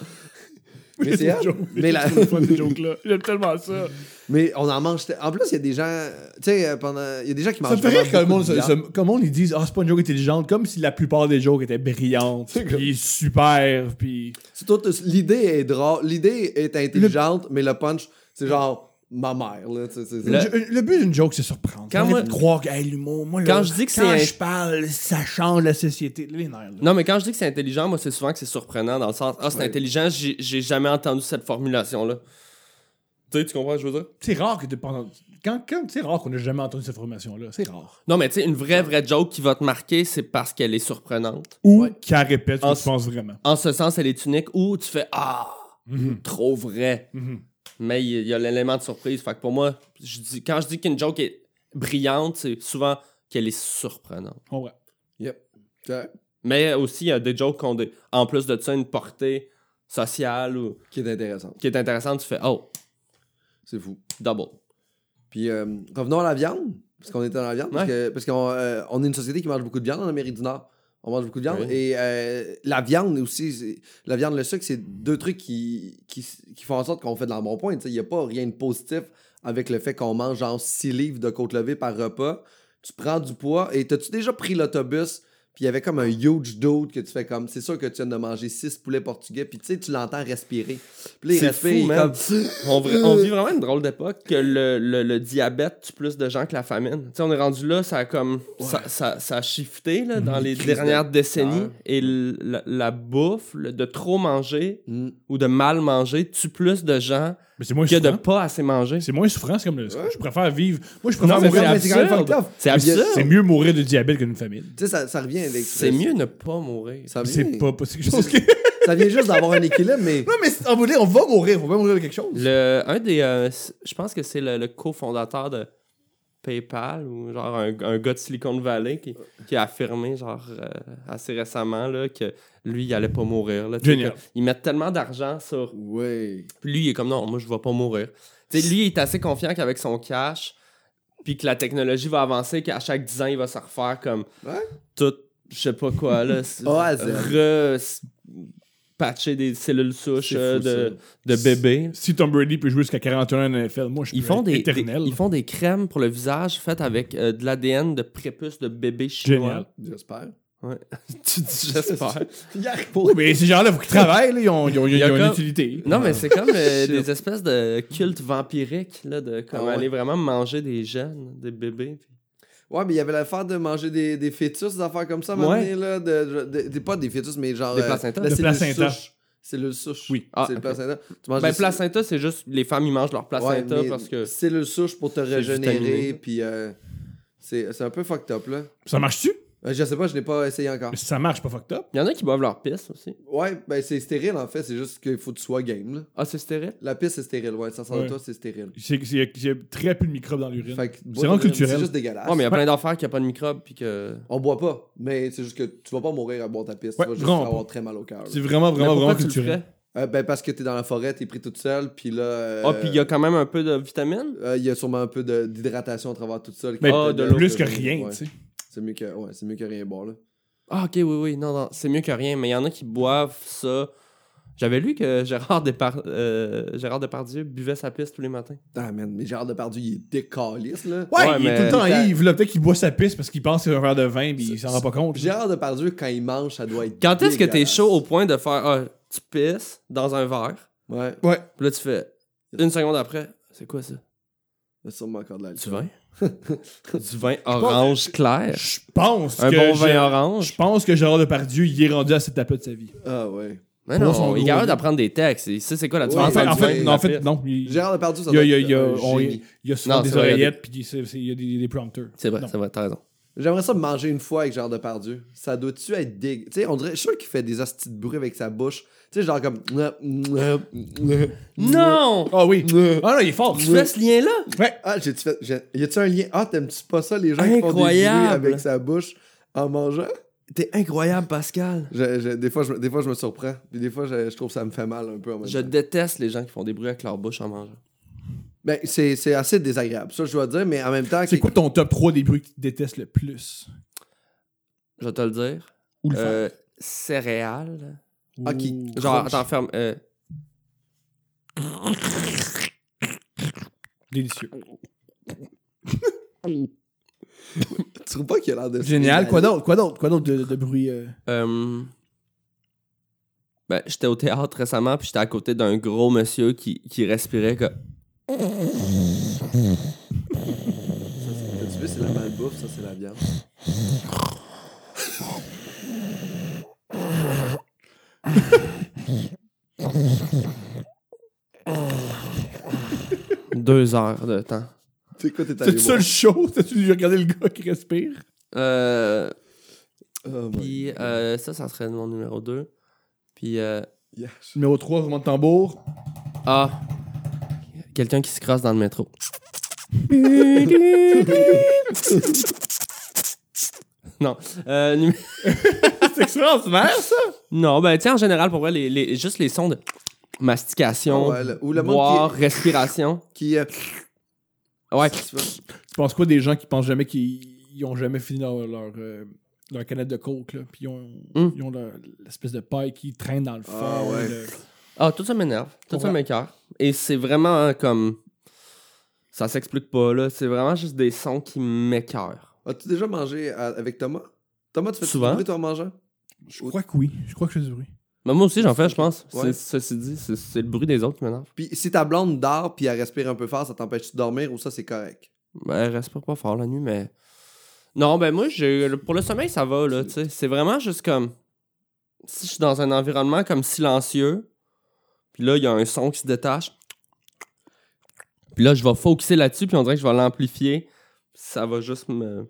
Speaker 4: Mais
Speaker 2: Des
Speaker 4: c'est hot.
Speaker 2: jokes.
Speaker 4: Mais la-
Speaker 2: C'est trop le fun, ces jokes-là. J'aime tellement ça.
Speaker 4: Mais on en mange. t- En plus, il y a des gens. Tu sais, euh, pendant. Il y a des gens qui mangent.
Speaker 2: Ça me fait rire que le
Speaker 4: vraiment
Speaker 2: monde,
Speaker 4: beaucoup de
Speaker 2: se-
Speaker 4: viande.
Speaker 2: se- comme on, ils disent, ah, c'est pas une joke intelligente, comme si la plupart des jokes étaient brillantes,
Speaker 4: C'est comme-
Speaker 2: puis super, puis.
Speaker 4: C'est tout- L'idée est drôle. L'idée est intelligente, mais le punch, c'est genre ma mère. Là, tu sais, c'est-
Speaker 3: Le-
Speaker 2: Je- le but d'une joke, c'est surprendre.
Speaker 3: Quand
Speaker 2: Arrête
Speaker 3: moi-
Speaker 2: de croire que hey, l'humour, moi, là,
Speaker 3: Quand je dis que
Speaker 2: quand
Speaker 3: c'est-
Speaker 2: je parle, ça change la société. Les nerfs, là.
Speaker 3: Non, mais quand je dis que c'est intelligent, moi, c'est souvent que c'est surprenant dans le sens Ah, c'est intelligent, j'ai j'ai jamais entendu cette formulation-là. Tu sais, tu comprends ce que je veux dire?
Speaker 2: C'est rare que de- pendant- Quand, quand, c'est rare qu'on ait jamais entendu cette formation-là. C'est rare.
Speaker 3: Non, mais tu sais, une vraie, vraie joke qui va te marquer, c'est parce qu'elle est surprenante.
Speaker 2: Ou qu'elle répète ce
Speaker 3: En-
Speaker 2: que tu penses vraiment.
Speaker 3: En ce sens, elle est unique ou tu fais Ah,
Speaker 2: Mhm.
Speaker 3: trop vrai.
Speaker 2: Mhm.
Speaker 3: Mais il y a l'élément de surprise. Fait que pour moi, je dis, quand je dis qu'une joke est brillante, c'est souvent qu'elle est surprenante.
Speaker 2: On voit.
Speaker 4: Ouais.
Speaker 3: Mais aussi, il y a des jokes qui ont, des- en plus de ça, une portée sociale ou,
Speaker 4: Qui est intéressant.
Speaker 3: qui est intéressante. Tu fais Oh,
Speaker 4: C'est fou.
Speaker 3: double.
Speaker 4: Puis euh, revenons à la viande, parce qu'on était dans la viande, parce
Speaker 3: Ouais.
Speaker 4: que- parce qu'on euh, on est une société qui mange beaucoup de viande en Amérique du Nord. On mange beaucoup de viande.
Speaker 3: Oui.
Speaker 4: Et euh, la viande aussi, c'est- la viande, le sucre, c'est deux trucs qui, qui, s- qui font en sorte qu'on fait de l'embonpoint. tu sais. Il n'y a pas rien de positif avec le fait qu'on mange genre 6 livres de côte levée par repas. Tu prends du poids et t'as-tu déjà pris l'autobus? Puis il y avait comme un huge dude que tu fais comme, c'est sûr que tu viens de manger 6 poulets portugais, puis tu sais, tu l'entends respirer. Puis là, il
Speaker 3: C'est
Speaker 4: respire,
Speaker 3: fou,
Speaker 4: il est
Speaker 3: man.
Speaker 4: comme,
Speaker 3: On, vra- on vit vraiment une drôle d'époque que le, le- le diabète tue plus de gens que la famine. Tu sais, on est rendu là, ça a comme ça, ça- ça a shifté là, dans les
Speaker 4: Crise de
Speaker 3: dernières décennies.
Speaker 4: peur.
Speaker 3: Et l- la, la bouffe, le- de trop manger
Speaker 4: Mm.
Speaker 3: ou de mal manger, tue plus de gens
Speaker 2: Mais c'est moins
Speaker 3: que de
Speaker 2: souffrant.
Speaker 3: pas assez manger.
Speaker 2: C'est moins souffrant, c'est comme le.
Speaker 4: Ouais.
Speaker 2: Je préfère vivre. Moi, je préfère
Speaker 3: Non, mais
Speaker 2: mourir.
Speaker 3: c'est
Speaker 4: c'est quand même
Speaker 3: absurde.
Speaker 4: fucked up.
Speaker 3: C'est
Speaker 2: Mais
Speaker 3: absurde.
Speaker 2: C'est mieux mourir de diabète que d'une famine.
Speaker 4: Tu sais, ça, ça revient avec
Speaker 3: C'est mieux ne pas mourir.
Speaker 4: Ça vient,
Speaker 2: C'est pas possible. Je pense que-
Speaker 4: ça vient juste d'avoir un équilibre, mais
Speaker 2: Non, mais on va dire, on va mourir. On va mourir de quelque chose.
Speaker 3: Le, un des. euh, c- je pense que c'est le, le cofondateur de PayPal ou genre un, un gars de Silicon Valley qui, qui a affirmé genre euh, assez récemment là, que lui il allait pas mourir. Là, Tu sais,
Speaker 2: Génial.
Speaker 3: que- Ils mettent tellement d'argent sur.
Speaker 4: ouais.
Speaker 3: Puis lui il est comme non, moi je vais pas mourir. Tu sais, lui il est assez confiant qu'avec son cash, puis que la technologie va avancer, qu'à chaque 10 ans il va se refaire comme
Speaker 4: Ouais.
Speaker 3: tout, je sais pas quoi là. s-
Speaker 4: A à Z.
Speaker 3: re- s- patcher des cellules souches
Speaker 4: C'est fou, ça.
Speaker 3: euh, de, de bébés.
Speaker 2: Si Tom Brady peut jouer jusqu'à 41 en NFL, moi, je suis
Speaker 3: Ils font des, des-
Speaker 2: éternel.
Speaker 3: ils font des crèmes pour le visage faites avec euh, de l'ADN de prépuces de bébés chinois.
Speaker 2: Génial.
Speaker 4: J'espère.
Speaker 3: tu dis j'espère.
Speaker 2: Oui, mais ces gens-là, faut qu'ils travaillent. là, Ils ont, ils ont- ils ont-
Speaker 3: Il y a
Speaker 2: ils ont une
Speaker 3: comme-
Speaker 2: utilité.
Speaker 3: non, mais c'est comme euh,
Speaker 4: Shit.
Speaker 3: des espèces de cultes vampiriques, là, de comme
Speaker 4: Ah ouais.
Speaker 3: aller vraiment manger des jeunes, des bébés. puis-
Speaker 4: Ouais, mais il y avait l'affaire de manger des, des fœtus, des affaires comme ça, à un moment
Speaker 3: Ouais.
Speaker 4: donné, là. De, de- de- pas des fœtus, mais genre.
Speaker 3: Des
Speaker 4: euh,
Speaker 3: placentas.
Speaker 4: la
Speaker 2: Le
Speaker 4: cellule
Speaker 2: placenta.
Speaker 4: souche. Cellule souche.
Speaker 2: Oui.
Speaker 3: Ah,
Speaker 4: c'est le
Speaker 3: ok.
Speaker 4: placenta. Tu manges
Speaker 3: Ben,
Speaker 4: des-
Speaker 3: placenta, c'est juste les femmes, ils mangent leur
Speaker 4: Ouais,
Speaker 3: placenta
Speaker 4: mais
Speaker 3: parce que.
Speaker 4: Cellule souche pour te
Speaker 3: vitaminé.
Speaker 4: régénérer, puis. euh, c'est c'est un peu fucked up, là.
Speaker 2: Ça marche-tu?
Speaker 4: Euh, Je sais pas, je n'ai pas essayé encore.
Speaker 2: Si ça marche, pas fucked up.
Speaker 3: Il y en a qui boivent leur pisse aussi.
Speaker 4: Ouais, ben c'est stérile, en fait. C'est juste qu'il faut que tu sois game, là.
Speaker 3: Ah, c'est stérile?
Speaker 4: La piste, c'est stérile, ouais. Ça sent
Speaker 2: Ouais.
Speaker 4: toi, c'est stérile.
Speaker 2: C'est- c'est- Il y a très peu de microbes dans l'urine.
Speaker 4: Fait que-
Speaker 2: vraiment culturel.
Speaker 4: C'est juste dégueulasse.
Speaker 3: Ouais, mais il y a plein d'affaires qui n'ont Ah, pas de microbes, puis que.
Speaker 4: On boit pas, mais c'est juste que tu vas pas mourir à boire ta piste.
Speaker 2: Ouais,
Speaker 4: tu vas juste
Speaker 2: vraiment
Speaker 4: avoir très mal au cœur. là.
Speaker 2: C'est vraiment,
Speaker 3: Mais
Speaker 2: vraiment,
Speaker 3: pourquoi
Speaker 2: vraiment
Speaker 3: tu le
Speaker 2: culturel.
Speaker 3: ferais?
Speaker 4: Euh, ben parce que t'es dans la forêt, t'es pris toute seule, puis là. euh,
Speaker 3: Ah, puis il y a quand même un peu de vitamine?
Speaker 4: euh, il y a sûrement un peu de- d'hydratation à travers toute seule.
Speaker 2: Mais
Speaker 3: Ah, de l'eau.
Speaker 2: plus que rien, tu sais.
Speaker 4: C'est mieux que, ouais, c'est mieux que rien boire, là.
Speaker 3: Ah, ok, oui, oui, non, non, c'est mieux que rien, mais il y en a qui boivent ça J'avais lu que Gérard, Depar- euh, Gérard Depardieu buvait sa pisse tous les matins.
Speaker 4: Ah, man, mais Gérard Depardieu, il est décaliste, là.
Speaker 2: Ouais,
Speaker 3: Ouais,
Speaker 2: il est
Speaker 3: mais-
Speaker 2: tout le temps
Speaker 4: Putain.
Speaker 2: ivre. là. Peut-être qu'il boit sa pisse parce qu'il pense que c'est un verre de vin puis il s'en rend pas compte.
Speaker 4: Gérard Depardieu, quand il mange, ça doit être.
Speaker 3: Quand est-ce que t'es
Speaker 4: dégueulasse.
Speaker 3: chaud au point de faire ah, tu pisses dans un verre,
Speaker 4: Ouais,
Speaker 2: Ouais.
Speaker 3: puis là tu fais une seconde après, c'est quoi ça
Speaker 4: il y a sûrement encore de l'alcool.
Speaker 3: Du vin Du vin orange clair.
Speaker 2: Je pense
Speaker 3: Un
Speaker 2: que.
Speaker 3: bon vin
Speaker 2: Gérard-
Speaker 3: orange.
Speaker 2: Je pense que Gérard Depardieu, il est rendu à cette étape de sa vie.
Speaker 4: Ah, ouais.
Speaker 3: Mais
Speaker 2: Pour
Speaker 3: non,
Speaker 2: son
Speaker 3: il est
Speaker 2: gros
Speaker 3: capable
Speaker 2: vin.
Speaker 3: d'apprendre des textes. Il sait c'est quoi la
Speaker 4: Ouais,
Speaker 2: en
Speaker 3: différence
Speaker 2: fait,
Speaker 3: entre
Speaker 2: en
Speaker 3: du vin
Speaker 2: fait,
Speaker 3: et
Speaker 2: non, en
Speaker 3: la
Speaker 2: fait,
Speaker 3: pisse.
Speaker 2: non. Il,
Speaker 4: Gérard Depardieu, ça
Speaker 2: il y
Speaker 4: doit
Speaker 2: a, il y a-
Speaker 4: être
Speaker 2: il y a-
Speaker 4: un
Speaker 2: on-
Speaker 4: génie.
Speaker 2: il y a souvent
Speaker 3: Non,
Speaker 2: des
Speaker 3: c'est vrai,
Speaker 2: oreillettes puis des- c'est- c'est- il y a des, des prompteurs.
Speaker 3: C'est vrai,
Speaker 2: Non.
Speaker 3: c'est vrai, t'as raison.
Speaker 4: J'aimerais ça manger une fois avec Gérard Depardieu. Ça doit-tu être dégueu? Tu sais, on dirait, je suis sûr qu'il fait des hosties de bruit avec sa bouche. Tu sais, genre comme.
Speaker 3: Non
Speaker 2: Ah oui. Ah non, il est fort.
Speaker 3: Tu fais ce lien-là
Speaker 2: Ouais.
Speaker 4: Ah, j'ai-tu fait. j'ai- Y a-tu un lien? Ah, t'aimes-tu pas ça, les gens qui font des bruits
Speaker 3: Incroyable.
Speaker 4: avec sa bouche en mangeant?
Speaker 3: T'es incroyable, Pascal.
Speaker 4: Je- je- des, fois, je, me- des fois, je me surprends. Puis des fois, je, je trouve que ça me fait mal un peu en même
Speaker 3: Je
Speaker 4: temps.
Speaker 3: déteste les gens qui font des bruits avec leur bouche en mangeant.
Speaker 4: Ben, c'est c'est assez désagréable, ça, je dois dire, mais en même temps.
Speaker 2: C'est
Speaker 4: que-
Speaker 2: quoi ton top 3 des bruits que tu détestes le plus
Speaker 3: Je vais te le dire.
Speaker 2: Ou le
Speaker 3: Euh, céréales.
Speaker 2: faire?
Speaker 4: ah, qui-
Speaker 2: Ou-
Speaker 3: Genre,
Speaker 4: Croche.
Speaker 3: attends, ferme. euh,
Speaker 2: Délicieux.
Speaker 4: Tu trouves pas qu'il a l'air de.
Speaker 2: Génial. Quoi d'autre Quoi d'autre Quoi d'autre de, de bruit euh?
Speaker 3: Euh, ben, j'étais au théâtre récemment, puis j'étais à côté d'un gros monsieur qui, qui respirait comme.
Speaker 4: T'as-tu vu, c'est la malbouffe, ça, c'est la viande.
Speaker 3: deux heures de temps.
Speaker 4: Tu sais quoi, t'es allé.
Speaker 2: C'est ça le show T'as-tu dû regarder le gars qui respire
Speaker 3: Euh,
Speaker 4: voir? Oh my
Speaker 3: puis
Speaker 4: God.
Speaker 3: euh, ça, ça serait mon numéro 2. Puis, euh,
Speaker 4: Yeah.
Speaker 2: Numéro 3, roulement de tambour.
Speaker 3: ah, quelqu'un qui se crosse dans le métro. non, euh, numé-
Speaker 2: c'est extraordinaire, ça
Speaker 3: non, ben, tu sais, en général, pour vrai, les, les- juste les sons de mastication,
Speaker 4: Ah ouais, le- ou le monde
Speaker 3: boire, respiration.
Speaker 4: Qui. euh,
Speaker 3: Ouais,
Speaker 2: Tu penses quoi des gens qui pensent jamais qu'ils ils ont jamais fini leur, leur, euh, leur canette de coke, là, puis ils ont,
Speaker 3: Mm.
Speaker 2: ils ont leur- l'espèce de paille qui traîne dans le fond.
Speaker 4: Ah ouais.
Speaker 2: le-
Speaker 3: Ah, tout ça m'énerve. Tout ça
Speaker 2: Ouais.
Speaker 3: m'écœure. Et c'est vraiment hein, comme. Ça s'explique pas, là. C'est vraiment juste des sons qui m'écœurent.
Speaker 4: As-tu déjà mangé à- avec Thomas? Thomas, tu fais
Speaker 3: Souvent.
Speaker 4: du bruit toi en mangeant?
Speaker 2: Je crois que oui. Je crois que c'est du bruit.
Speaker 3: Mais moi aussi, j'en fais, je pense. C'est-
Speaker 4: Ouais.
Speaker 3: Ceci dit, c'est c'est le bruit des autres qui m'énerve.
Speaker 4: Puis si ta blonde dort puis elle respire un peu fort, ça t'empêche de dormir ou ça, c'est correct?
Speaker 3: Ben, elle respire pas fort la nuit, mais. Non, ben moi, j'ai- pour le sommeil, ça va, là. tu sais. C'est vraiment juste comme. Si je suis dans un environnement comme silencieux, puis là, il y a un son qui se détache. Puis là, je vais focuser là-dessus, puis on dirait que je vais l'amplifier. Ça va juste me.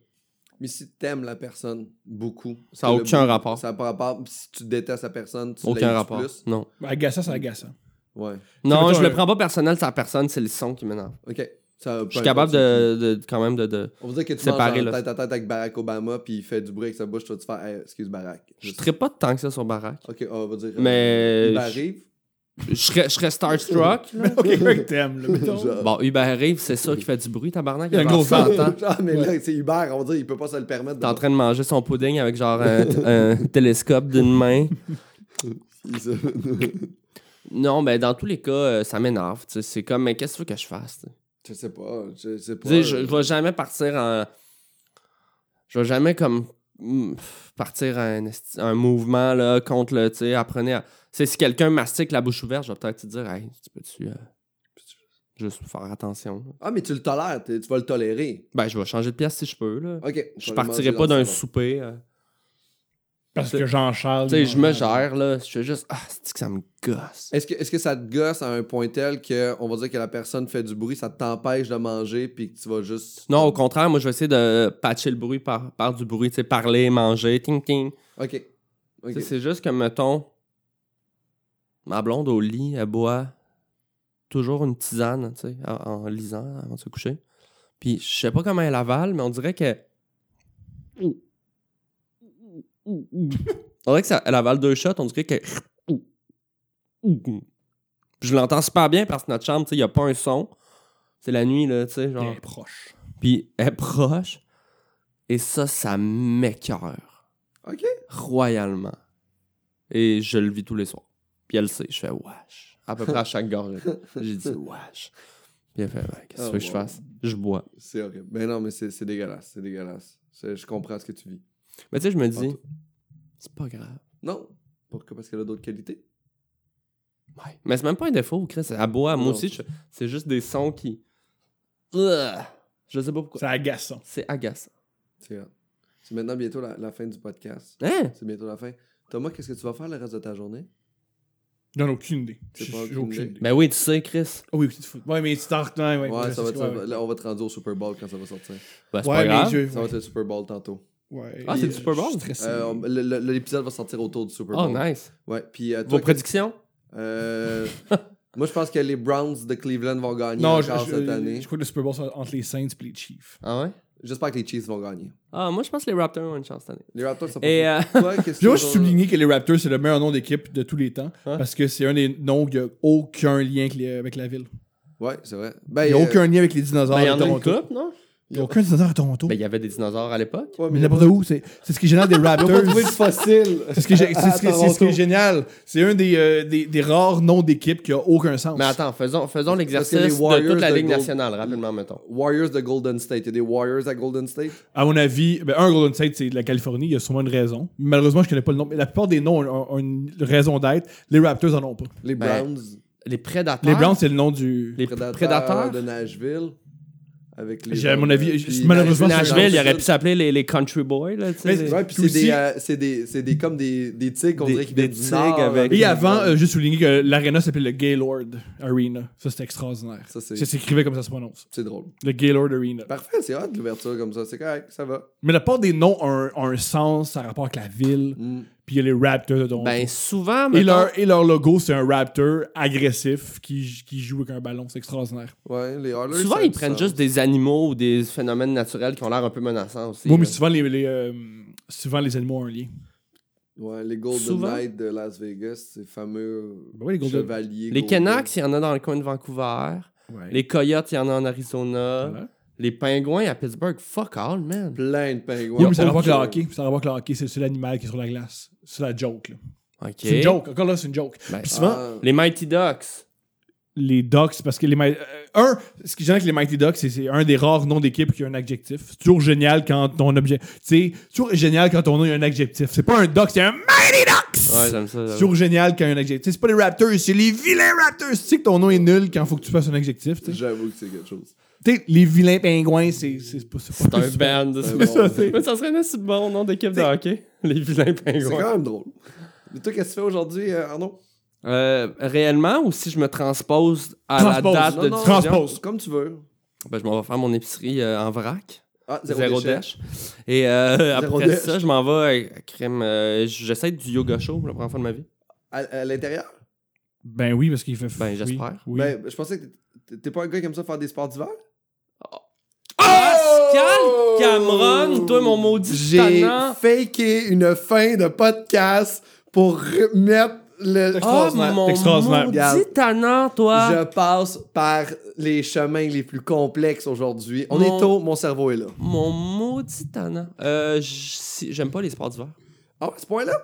Speaker 4: Mais si t'aimes la personne beaucoup,
Speaker 3: Ça a
Speaker 4: le
Speaker 3: aucun
Speaker 4: bruit-
Speaker 3: rapport.
Speaker 4: Ça n'a pas rapport. Puis Si tu détestes la personne, tu
Speaker 3: Aucun
Speaker 4: l'haïs
Speaker 3: rapport.
Speaker 4: plus.
Speaker 3: Non.
Speaker 2: Ben, agaçant, c'est agaçant.
Speaker 4: Ouais.
Speaker 3: Non,
Speaker 2: mettons,
Speaker 3: je le
Speaker 2: euh,
Speaker 3: prends pas personnel, c'est la personne, c'est le son qui m'énerve.
Speaker 4: Ok. Ça,
Speaker 3: Je suis capable de, de- quand même de, de-
Speaker 4: On va dire que tu
Speaker 3: séparer,
Speaker 4: manges en
Speaker 3: là.
Speaker 4: tête à tête avec Barack Obama puis il fait du bruit avec sa bouche, tu vas te faire Hey, excuse Barack.
Speaker 3: Je serais pas tant que ça sur Barack.
Speaker 4: Ok, on va dire. euh,
Speaker 3: Mais-
Speaker 4: Il arrive.
Speaker 3: Je serais, je serais starstruck. là.
Speaker 2: ok, quelqu'un que t'aimes, là, mettons.
Speaker 4: Genre-
Speaker 3: Bon, Uber arrive, c'est sûr qu'il fait du bruit, tabarnak.
Speaker 2: Il y a un
Speaker 3: avait
Speaker 2: gros
Speaker 3: 100
Speaker 4: Genre,
Speaker 3: ans.
Speaker 4: Ah, mais là, c'est Hubert, on va dire, il peut pas se le permettre.
Speaker 3: T'es en train de manger son pudding avec genre un, un télescope d'une main.
Speaker 4: de.
Speaker 3: Non, mais dans tous les cas, euh, ça m'énerve. tu sais. C'est comme, mais qu'est-ce que tu veux que je fasse? tu sais?
Speaker 4: je sais pas. Je sais pas.
Speaker 3: Tu sais, je, je vais jamais partir en. Je vais jamais comme. mm, Partir un, esti- un mouvement là, contre le. Tu sais, apprenez à. Tu sais, si quelqu'un mastique la bouche ouverte, je vais peut-être te dire, hey, tu peux-tu. euh, juste faire attention. là?
Speaker 4: Ah, mais tu le tolères, t'es- tu vas le tolérer.
Speaker 3: Ben, je vais changer de pièce si je peux. Là.
Speaker 4: Ok.
Speaker 3: je partirai pas d'un souper. euh.
Speaker 2: Parce que Jean-Charles.
Speaker 3: Tu sais, je me gère, là. Je suis juste. Ah, c'est que ça me gosse.
Speaker 4: Est-ce que, est-ce que ça te gosse à un point tel que, on va dire que la personne fait du bruit, ça t'empêche de manger, puis que tu vas juste.
Speaker 3: Non, au contraire, moi, je vais essayer de patcher le bruit par, par du bruit. Tu sais, parler, manger, ting, ting.
Speaker 4: Ok. Ok.
Speaker 3: Tu sais, C'est juste que, mettons, ma blonde au lit, elle boit toujours une tisane, tu sais, en, en lisant avant de se coucher. Puis je sais pas comment elle avale, mais on dirait que. On dirait que ça, elle avale deux shots, on dirait que. Puis je l'entends super bien parce que notre chambre, tu sais, il n'y a pas un son. C'est la nuit, là, tu sais, genre.
Speaker 2: est proche.
Speaker 3: Puis elle est proche. Et ça, ça m'écœure
Speaker 4: Ok.
Speaker 3: royalement. Et je le vis tous les soirs. Puis elle sait. Je fais wesh. À peu près à chaque gorge. J'ai dit wesh. Puis elle fait Ben, qu'est-ce que tu
Speaker 4: Oh,
Speaker 3: veux que je
Speaker 4: wow.
Speaker 3: fasse Je bois.
Speaker 4: C'est horrible. Mais non, mais c'est c'est dégueulasse. C'est dégueulasse. C'est- Je comprends ce que tu vis.
Speaker 3: Mais tu sais, je me dis
Speaker 4: Pantoute.
Speaker 3: c'est pas grave.
Speaker 4: Non. Pourquoi Parce qu'elle a d'autres qualités.
Speaker 3: Ouais. Mais c'est même pas un défaut, Chris. Elle boit. Moi
Speaker 4: Non.
Speaker 3: aussi, je- c'est juste des sons qui. Ugh. Je sais pas pourquoi.
Speaker 2: C'est agaçant.
Speaker 3: C'est agaçant.
Speaker 4: C'est grave. C'est maintenant bientôt la, la fin du podcast.
Speaker 3: Hein
Speaker 4: C'est bientôt la fin. Thomas, qu'est-ce que tu vas faire le reste de ta journée
Speaker 2: J'en ai aucune idée.
Speaker 4: T'as
Speaker 2: J'ai
Speaker 4: pas
Speaker 2: j'ai
Speaker 4: aucune
Speaker 2: aucune
Speaker 4: idée.
Speaker 2: idée.
Speaker 3: Ben oui, tu sais, Chris.
Speaker 2: Ah oui, petite foot. Ouais, mais tu t'en ouais, ouais,
Speaker 4: Ouais,
Speaker 2: je sais
Speaker 4: ça va
Speaker 2: ce
Speaker 4: être,
Speaker 2: que-
Speaker 4: ça
Speaker 2: ouais,
Speaker 4: va-
Speaker 2: ouais.
Speaker 4: là, on va te rendre au Super Bowl quand ça va sortir.
Speaker 3: Ben, c'est
Speaker 2: Ouais,
Speaker 3: pas
Speaker 2: mais
Speaker 3: grave.
Speaker 2: je-
Speaker 4: Ça va être le Super Bowl tantôt.
Speaker 2: ouais,
Speaker 3: Ah, c'est
Speaker 2: et
Speaker 3: du Super Bowl?
Speaker 2: je suis stressé.
Speaker 4: Euh, on- le- le- L'épisode va sortir autour du Super
Speaker 3: Oh,
Speaker 4: Bowl.
Speaker 3: nice.
Speaker 4: Ouais, puis euh, toi,
Speaker 3: Vos prédictions
Speaker 4: euh, moi, je pense que les Browns de Cleveland vont gagner
Speaker 2: non, je,
Speaker 4: encore
Speaker 2: je-
Speaker 4: cette
Speaker 2: je-
Speaker 4: année.
Speaker 2: je crois que le Super Bowl c'est entre les Saints et les Chiefs.
Speaker 3: Ah ouais
Speaker 4: J'espère que les Chiefs vont gagner.
Speaker 3: Ah, moi, je pense que les Raptors ont une chance cette année.
Speaker 4: Les Raptors, ça
Speaker 3: Et. euh,
Speaker 4: Toi, qu'est-ce
Speaker 2: Puis moi,
Speaker 4: que
Speaker 2: je
Speaker 4: t'as-
Speaker 2: soulignais que les Raptors, c'est le meilleur nom d'équipe de tous les temps
Speaker 3: Hein?
Speaker 2: parce que c'est un des noms qui a aucun lien avec, les- avec la ville.
Speaker 4: Ouais, c'est vrai. Ben,
Speaker 2: Il n'y a
Speaker 4: euh,
Speaker 2: aucun lien avec les dinosaures
Speaker 3: Ben, y
Speaker 2: de
Speaker 3: en a une
Speaker 2: Toronto.
Speaker 3: couple, non?
Speaker 2: Il n'y a aucun dinosaure à Toronto.
Speaker 3: Ben, il y avait des dinosaures à l'époque.
Speaker 4: ouais,
Speaker 2: mais n'importe où, c'est c'est ce qui est génial des Raptors.
Speaker 4: trouvé de fossile.
Speaker 2: C'est ce qui est, c'est ce qui- c'est ce qui est
Speaker 4: Toronto.
Speaker 2: génial. C'est un des, euh, des, des rares noms d'équipe qui a aucun sens.
Speaker 3: Mais attends, faisons, faisons
Speaker 4: Parce- parce que les
Speaker 3: l'exercice de
Speaker 4: Warriors
Speaker 3: toute la
Speaker 4: de
Speaker 3: Ligue
Speaker 4: Gold-
Speaker 3: nationale, rapidement, mettons.
Speaker 4: Warriors de Golden State. Il y a des Warriors à Golden State.
Speaker 2: À mon avis, ben, un Golden State, c'est de la Californie. Il y a sûrement une raison. Malheureusement, je connais pas le nom. Mais la plupart des noms ont, ont une raison d'être. Les Raptors en ont pas.
Speaker 4: Les
Speaker 3: Ben,
Speaker 4: Browns.
Speaker 3: Les Prédateurs.
Speaker 2: Les Browns, c'est le nom du.
Speaker 3: Les
Speaker 4: Predators
Speaker 3: Prédateurs.
Speaker 4: de Nashville. Avec les
Speaker 2: J'ai- à mon avis,
Speaker 4: Puis
Speaker 2: malheureusement,
Speaker 4: Nashville,
Speaker 3: Nashville, il aurait pu
Speaker 4: Nashville.
Speaker 3: s'appeler les, les Country Boys, là, tu sais.
Speaker 2: Mais-
Speaker 4: Ouais, puis
Speaker 2: Puis
Speaker 4: c'est des,
Speaker 2: aussi-
Speaker 4: euh, c'est des, c'est des, comme des, des tigres, on
Speaker 3: Des-
Speaker 4: dirait qu'ils
Speaker 3: des
Speaker 4: viennent du
Speaker 3: tigres
Speaker 4: nord,
Speaker 3: avec-
Speaker 2: Et avant, euh, juste souligner que l'arena s'appelait le Gaylord Arena. Ça, c'était extraordinaire.
Speaker 4: Ça, c'est-
Speaker 2: Ça s'écrivait comme ça se prononce.
Speaker 4: C'est drôle.
Speaker 2: Le Gaylord Arena.
Speaker 4: Parfait, c'est hot l'ouverture comme ça. C'est correct, ça va.
Speaker 2: Mais la part des noms ont un, ont un sens, ça a rapport avec la ville.
Speaker 3: Mm.
Speaker 2: Puis il y a les Raptors de Toronto.
Speaker 3: Ben, souvent,
Speaker 2: et,
Speaker 3: mettons,
Speaker 2: leur, et leur logo, c'est un Raptor agressif qui, j- qui joue avec un ballon. C'est extraordinaire.
Speaker 4: Ouais, les Oilers.
Speaker 3: souvent
Speaker 4: ça a
Speaker 3: ils
Speaker 4: du
Speaker 3: prennent
Speaker 4: sens.
Speaker 3: juste des animaux ou des phénomènes naturels qui ont l'air un peu menaçants aussi.
Speaker 2: Moi, mais
Speaker 3: là.
Speaker 2: souvent, les, les, euh, souvent, les animaux ont un lien.
Speaker 4: Ouais, les Golden
Speaker 3: Souvent.
Speaker 4: Knights de Las Vegas, ces fameux
Speaker 2: Ben ouais, les Golden-
Speaker 4: chevaliers.
Speaker 3: Les
Speaker 4: Golden.
Speaker 3: Canucks, il y en a dans le coin de Vancouver.
Speaker 2: Ouais.
Speaker 3: Les Coyotes, il y en a en Arizona.
Speaker 2: Voilà.
Speaker 3: Les Pingouins à Pittsburgh, fuck all, man.
Speaker 4: Plein de pingouins. Ah,
Speaker 2: Oui, mais ça n'a
Speaker 4: Aucun-
Speaker 2: pas que le hockey. Ça n'a pas que le hockey, c'est le seul animal qui est sur la glace. C'est la joke. là.
Speaker 3: Ok.
Speaker 2: C'est une joke. Encore là, c'est une joke.
Speaker 3: Ben,
Speaker 2: Puis
Speaker 4: Ah,
Speaker 2: souvent,
Speaker 3: Les Mighty Ducks.
Speaker 2: les Ducks, parce que les. Mi- euh, un, ce qui est génial avec les Mighty Ducks, c'est- c'est un des rares noms d'équipe qui a un adjectif. C'est toujours génial quand on objet. Tu sais, c'est toujours génial quand on a un adjectif. C'est pas un Duck, c'est un Mighty Ducks!
Speaker 3: Ouais, j'aime ça.
Speaker 2: C'est
Speaker 3: j'aime
Speaker 2: toujours génial quand il y a un adjectif. C'est pas les Raptors, c'est les vilains Raptors. Tu sais que ton nom est nul quand faut que tu fasses un adjectif. Tu sais.
Speaker 4: J'avoue que c'est quelque chose.
Speaker 2: Tu sais, les vilains pingouins, c'est c'est pas, c'est ben-
Speaker 3: C'est
Speaker 2: pas
Speaker 3: un
Speaker 2: super.
Speaker 3: band.
Speaker 4: C'est bon.
Speaker 3: Mais ça serait un assez bon nom d'équipe de hockey. Les vilains
Speaker 4: C'est
Speaker 3: pingouins.
Speaker 4: quand même drôle. Mais toi, qu'est-ce que tu fais aujourd'hui, euh, Arnaud
Speaker 3: Euh, réellement, ou si je me transpose à
Speaker 2: Transpose.
Speaker 3: la date
Speaker 4: Non,
Speaker 3: de
Speaker 4: non,
Speaker 3: diffusion,
Speaker 2: Transpose.
Speaker 4: Comme tu veux.
Speaker 3: ben, je m'en vais faire mon épicerie euh, en vrac.
Speaker 4: Ah,
Speaker 3: Zéro,
Speaker 4: zéro, déchet.
Speaker 3: dash. Et euh,
Speaker 4: Zéro
Speaker 3: après
Speaker 4: dash.
Speaker 3: ça, je m'en vais à crème. euh, J'essaie du yoga chaud pour la première fois de ma vie.
Speaker 4: À, à l'intérieur
Speaker 2: Ben oui, parce qu'il fait.
Speaker 3: Ben, j'espère.
Speaker 2: Oui. oui.
Speaker 4: Ben, je pensais que t'es- t'es pas un gars qui aime ça faire des sports d'hiver
Speaker 3: Oh!
Speaker 4: Oh!
Speaker 3: Pascal Cameron, toi, mon maudit
Speaker 4: J'ai
Speaker 3: tannant.
Speaker 4: faké une fin de podcast pour remettre le.
Speaker 3: Oh
Speaker 2: Extraordinaire.
Speaker 3: mon
Speaker 2: Extraordinaire.
Speaker 3: maudit
Speaker 4: Regarde.
Speaker 3: tannant, toi.
Speaker 4: Je passe par les chemins les plus complexes aujourd'hui. On
Speaker 3: Mon-
Speaker 4: est tôt, mon cerveau est là.
Speaker 3: Mon maudit tannant. Euh, j- si- j'aime pas les sports d'hiver.
Speaker 4: Ah, ouais, à ce point-là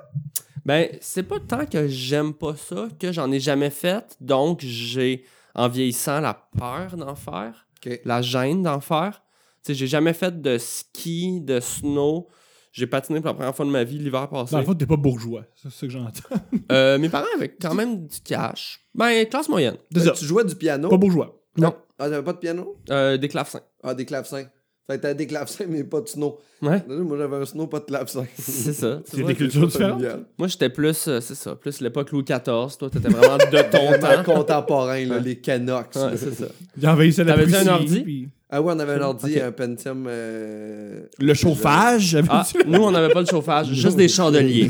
Speaker 3: Ben, c'est pas tant que j'aime pas ça que j'en ai jamais fait. Donc, j'ai, en vieillissant, la peur d'en faire,
Speaker 4: Ok.
Speaker 3: la gêne d'en faire. Tu sais, j'ai jamais fait de ski, de snow. J'ai patiné pour la première fois de ma vie l'hiver passé.
Speaker 2: Dans le fond, t'es pas bourgeois. C'est ça que j'entends.
Speaker 3: Euh, mes parents avaient quand même du cash. Ben, classe moyenne.
Speaker 2: C'est ça.
Speaker 4: Tu jouais du piano
Speaker 2: Pas bourgeois.
Speaker 3: Non.
Speaker 4: Ah, t'avais pas de piano
Speaker 3: Euh, des clavecins.
Speaker 4: Ah, des clavecins. Fait que t'avais des clavecins, mais pas de snow.
Speaker 3: Ouais.
Speaker 4: Moi, j'avais un snow, pas de clavecin.
Speaker 3: C'est ça. tu
Speaker 2: C'est
Speaker 3: vois.
Speaker 2: des cultures différentes.
Speaker 4: Familial.
Speaker 3: Moi, j'étais plus, euh, c'est ça, plus l'époque Louis XIV. Toi, t'étais vraiment de ton
Speaker 4: Vraiment
Speaker 3: temps.
Speaker 4: contemporain, là, les Canucks. là.
Speaker 3: Hein? Ouais, c'est ça.
Speaker 2: J'envahissais la
Speaker 3: T'avais-tu
Speaker 2: Prussie.
Speaker 3: un ordi?
Speaker 2: puis
Speaker 4: Ah ouais, on avait un ordi,
Speaker 3: Ok.
Speaker 4: un Pentium. euh,
Speaker 2: Le chauffage. j'avais
Speaker 3: Ah,
Speaker 2: dit-
Speaker 3: nous, on n'avait pas de chauffage, juste des chandeliers.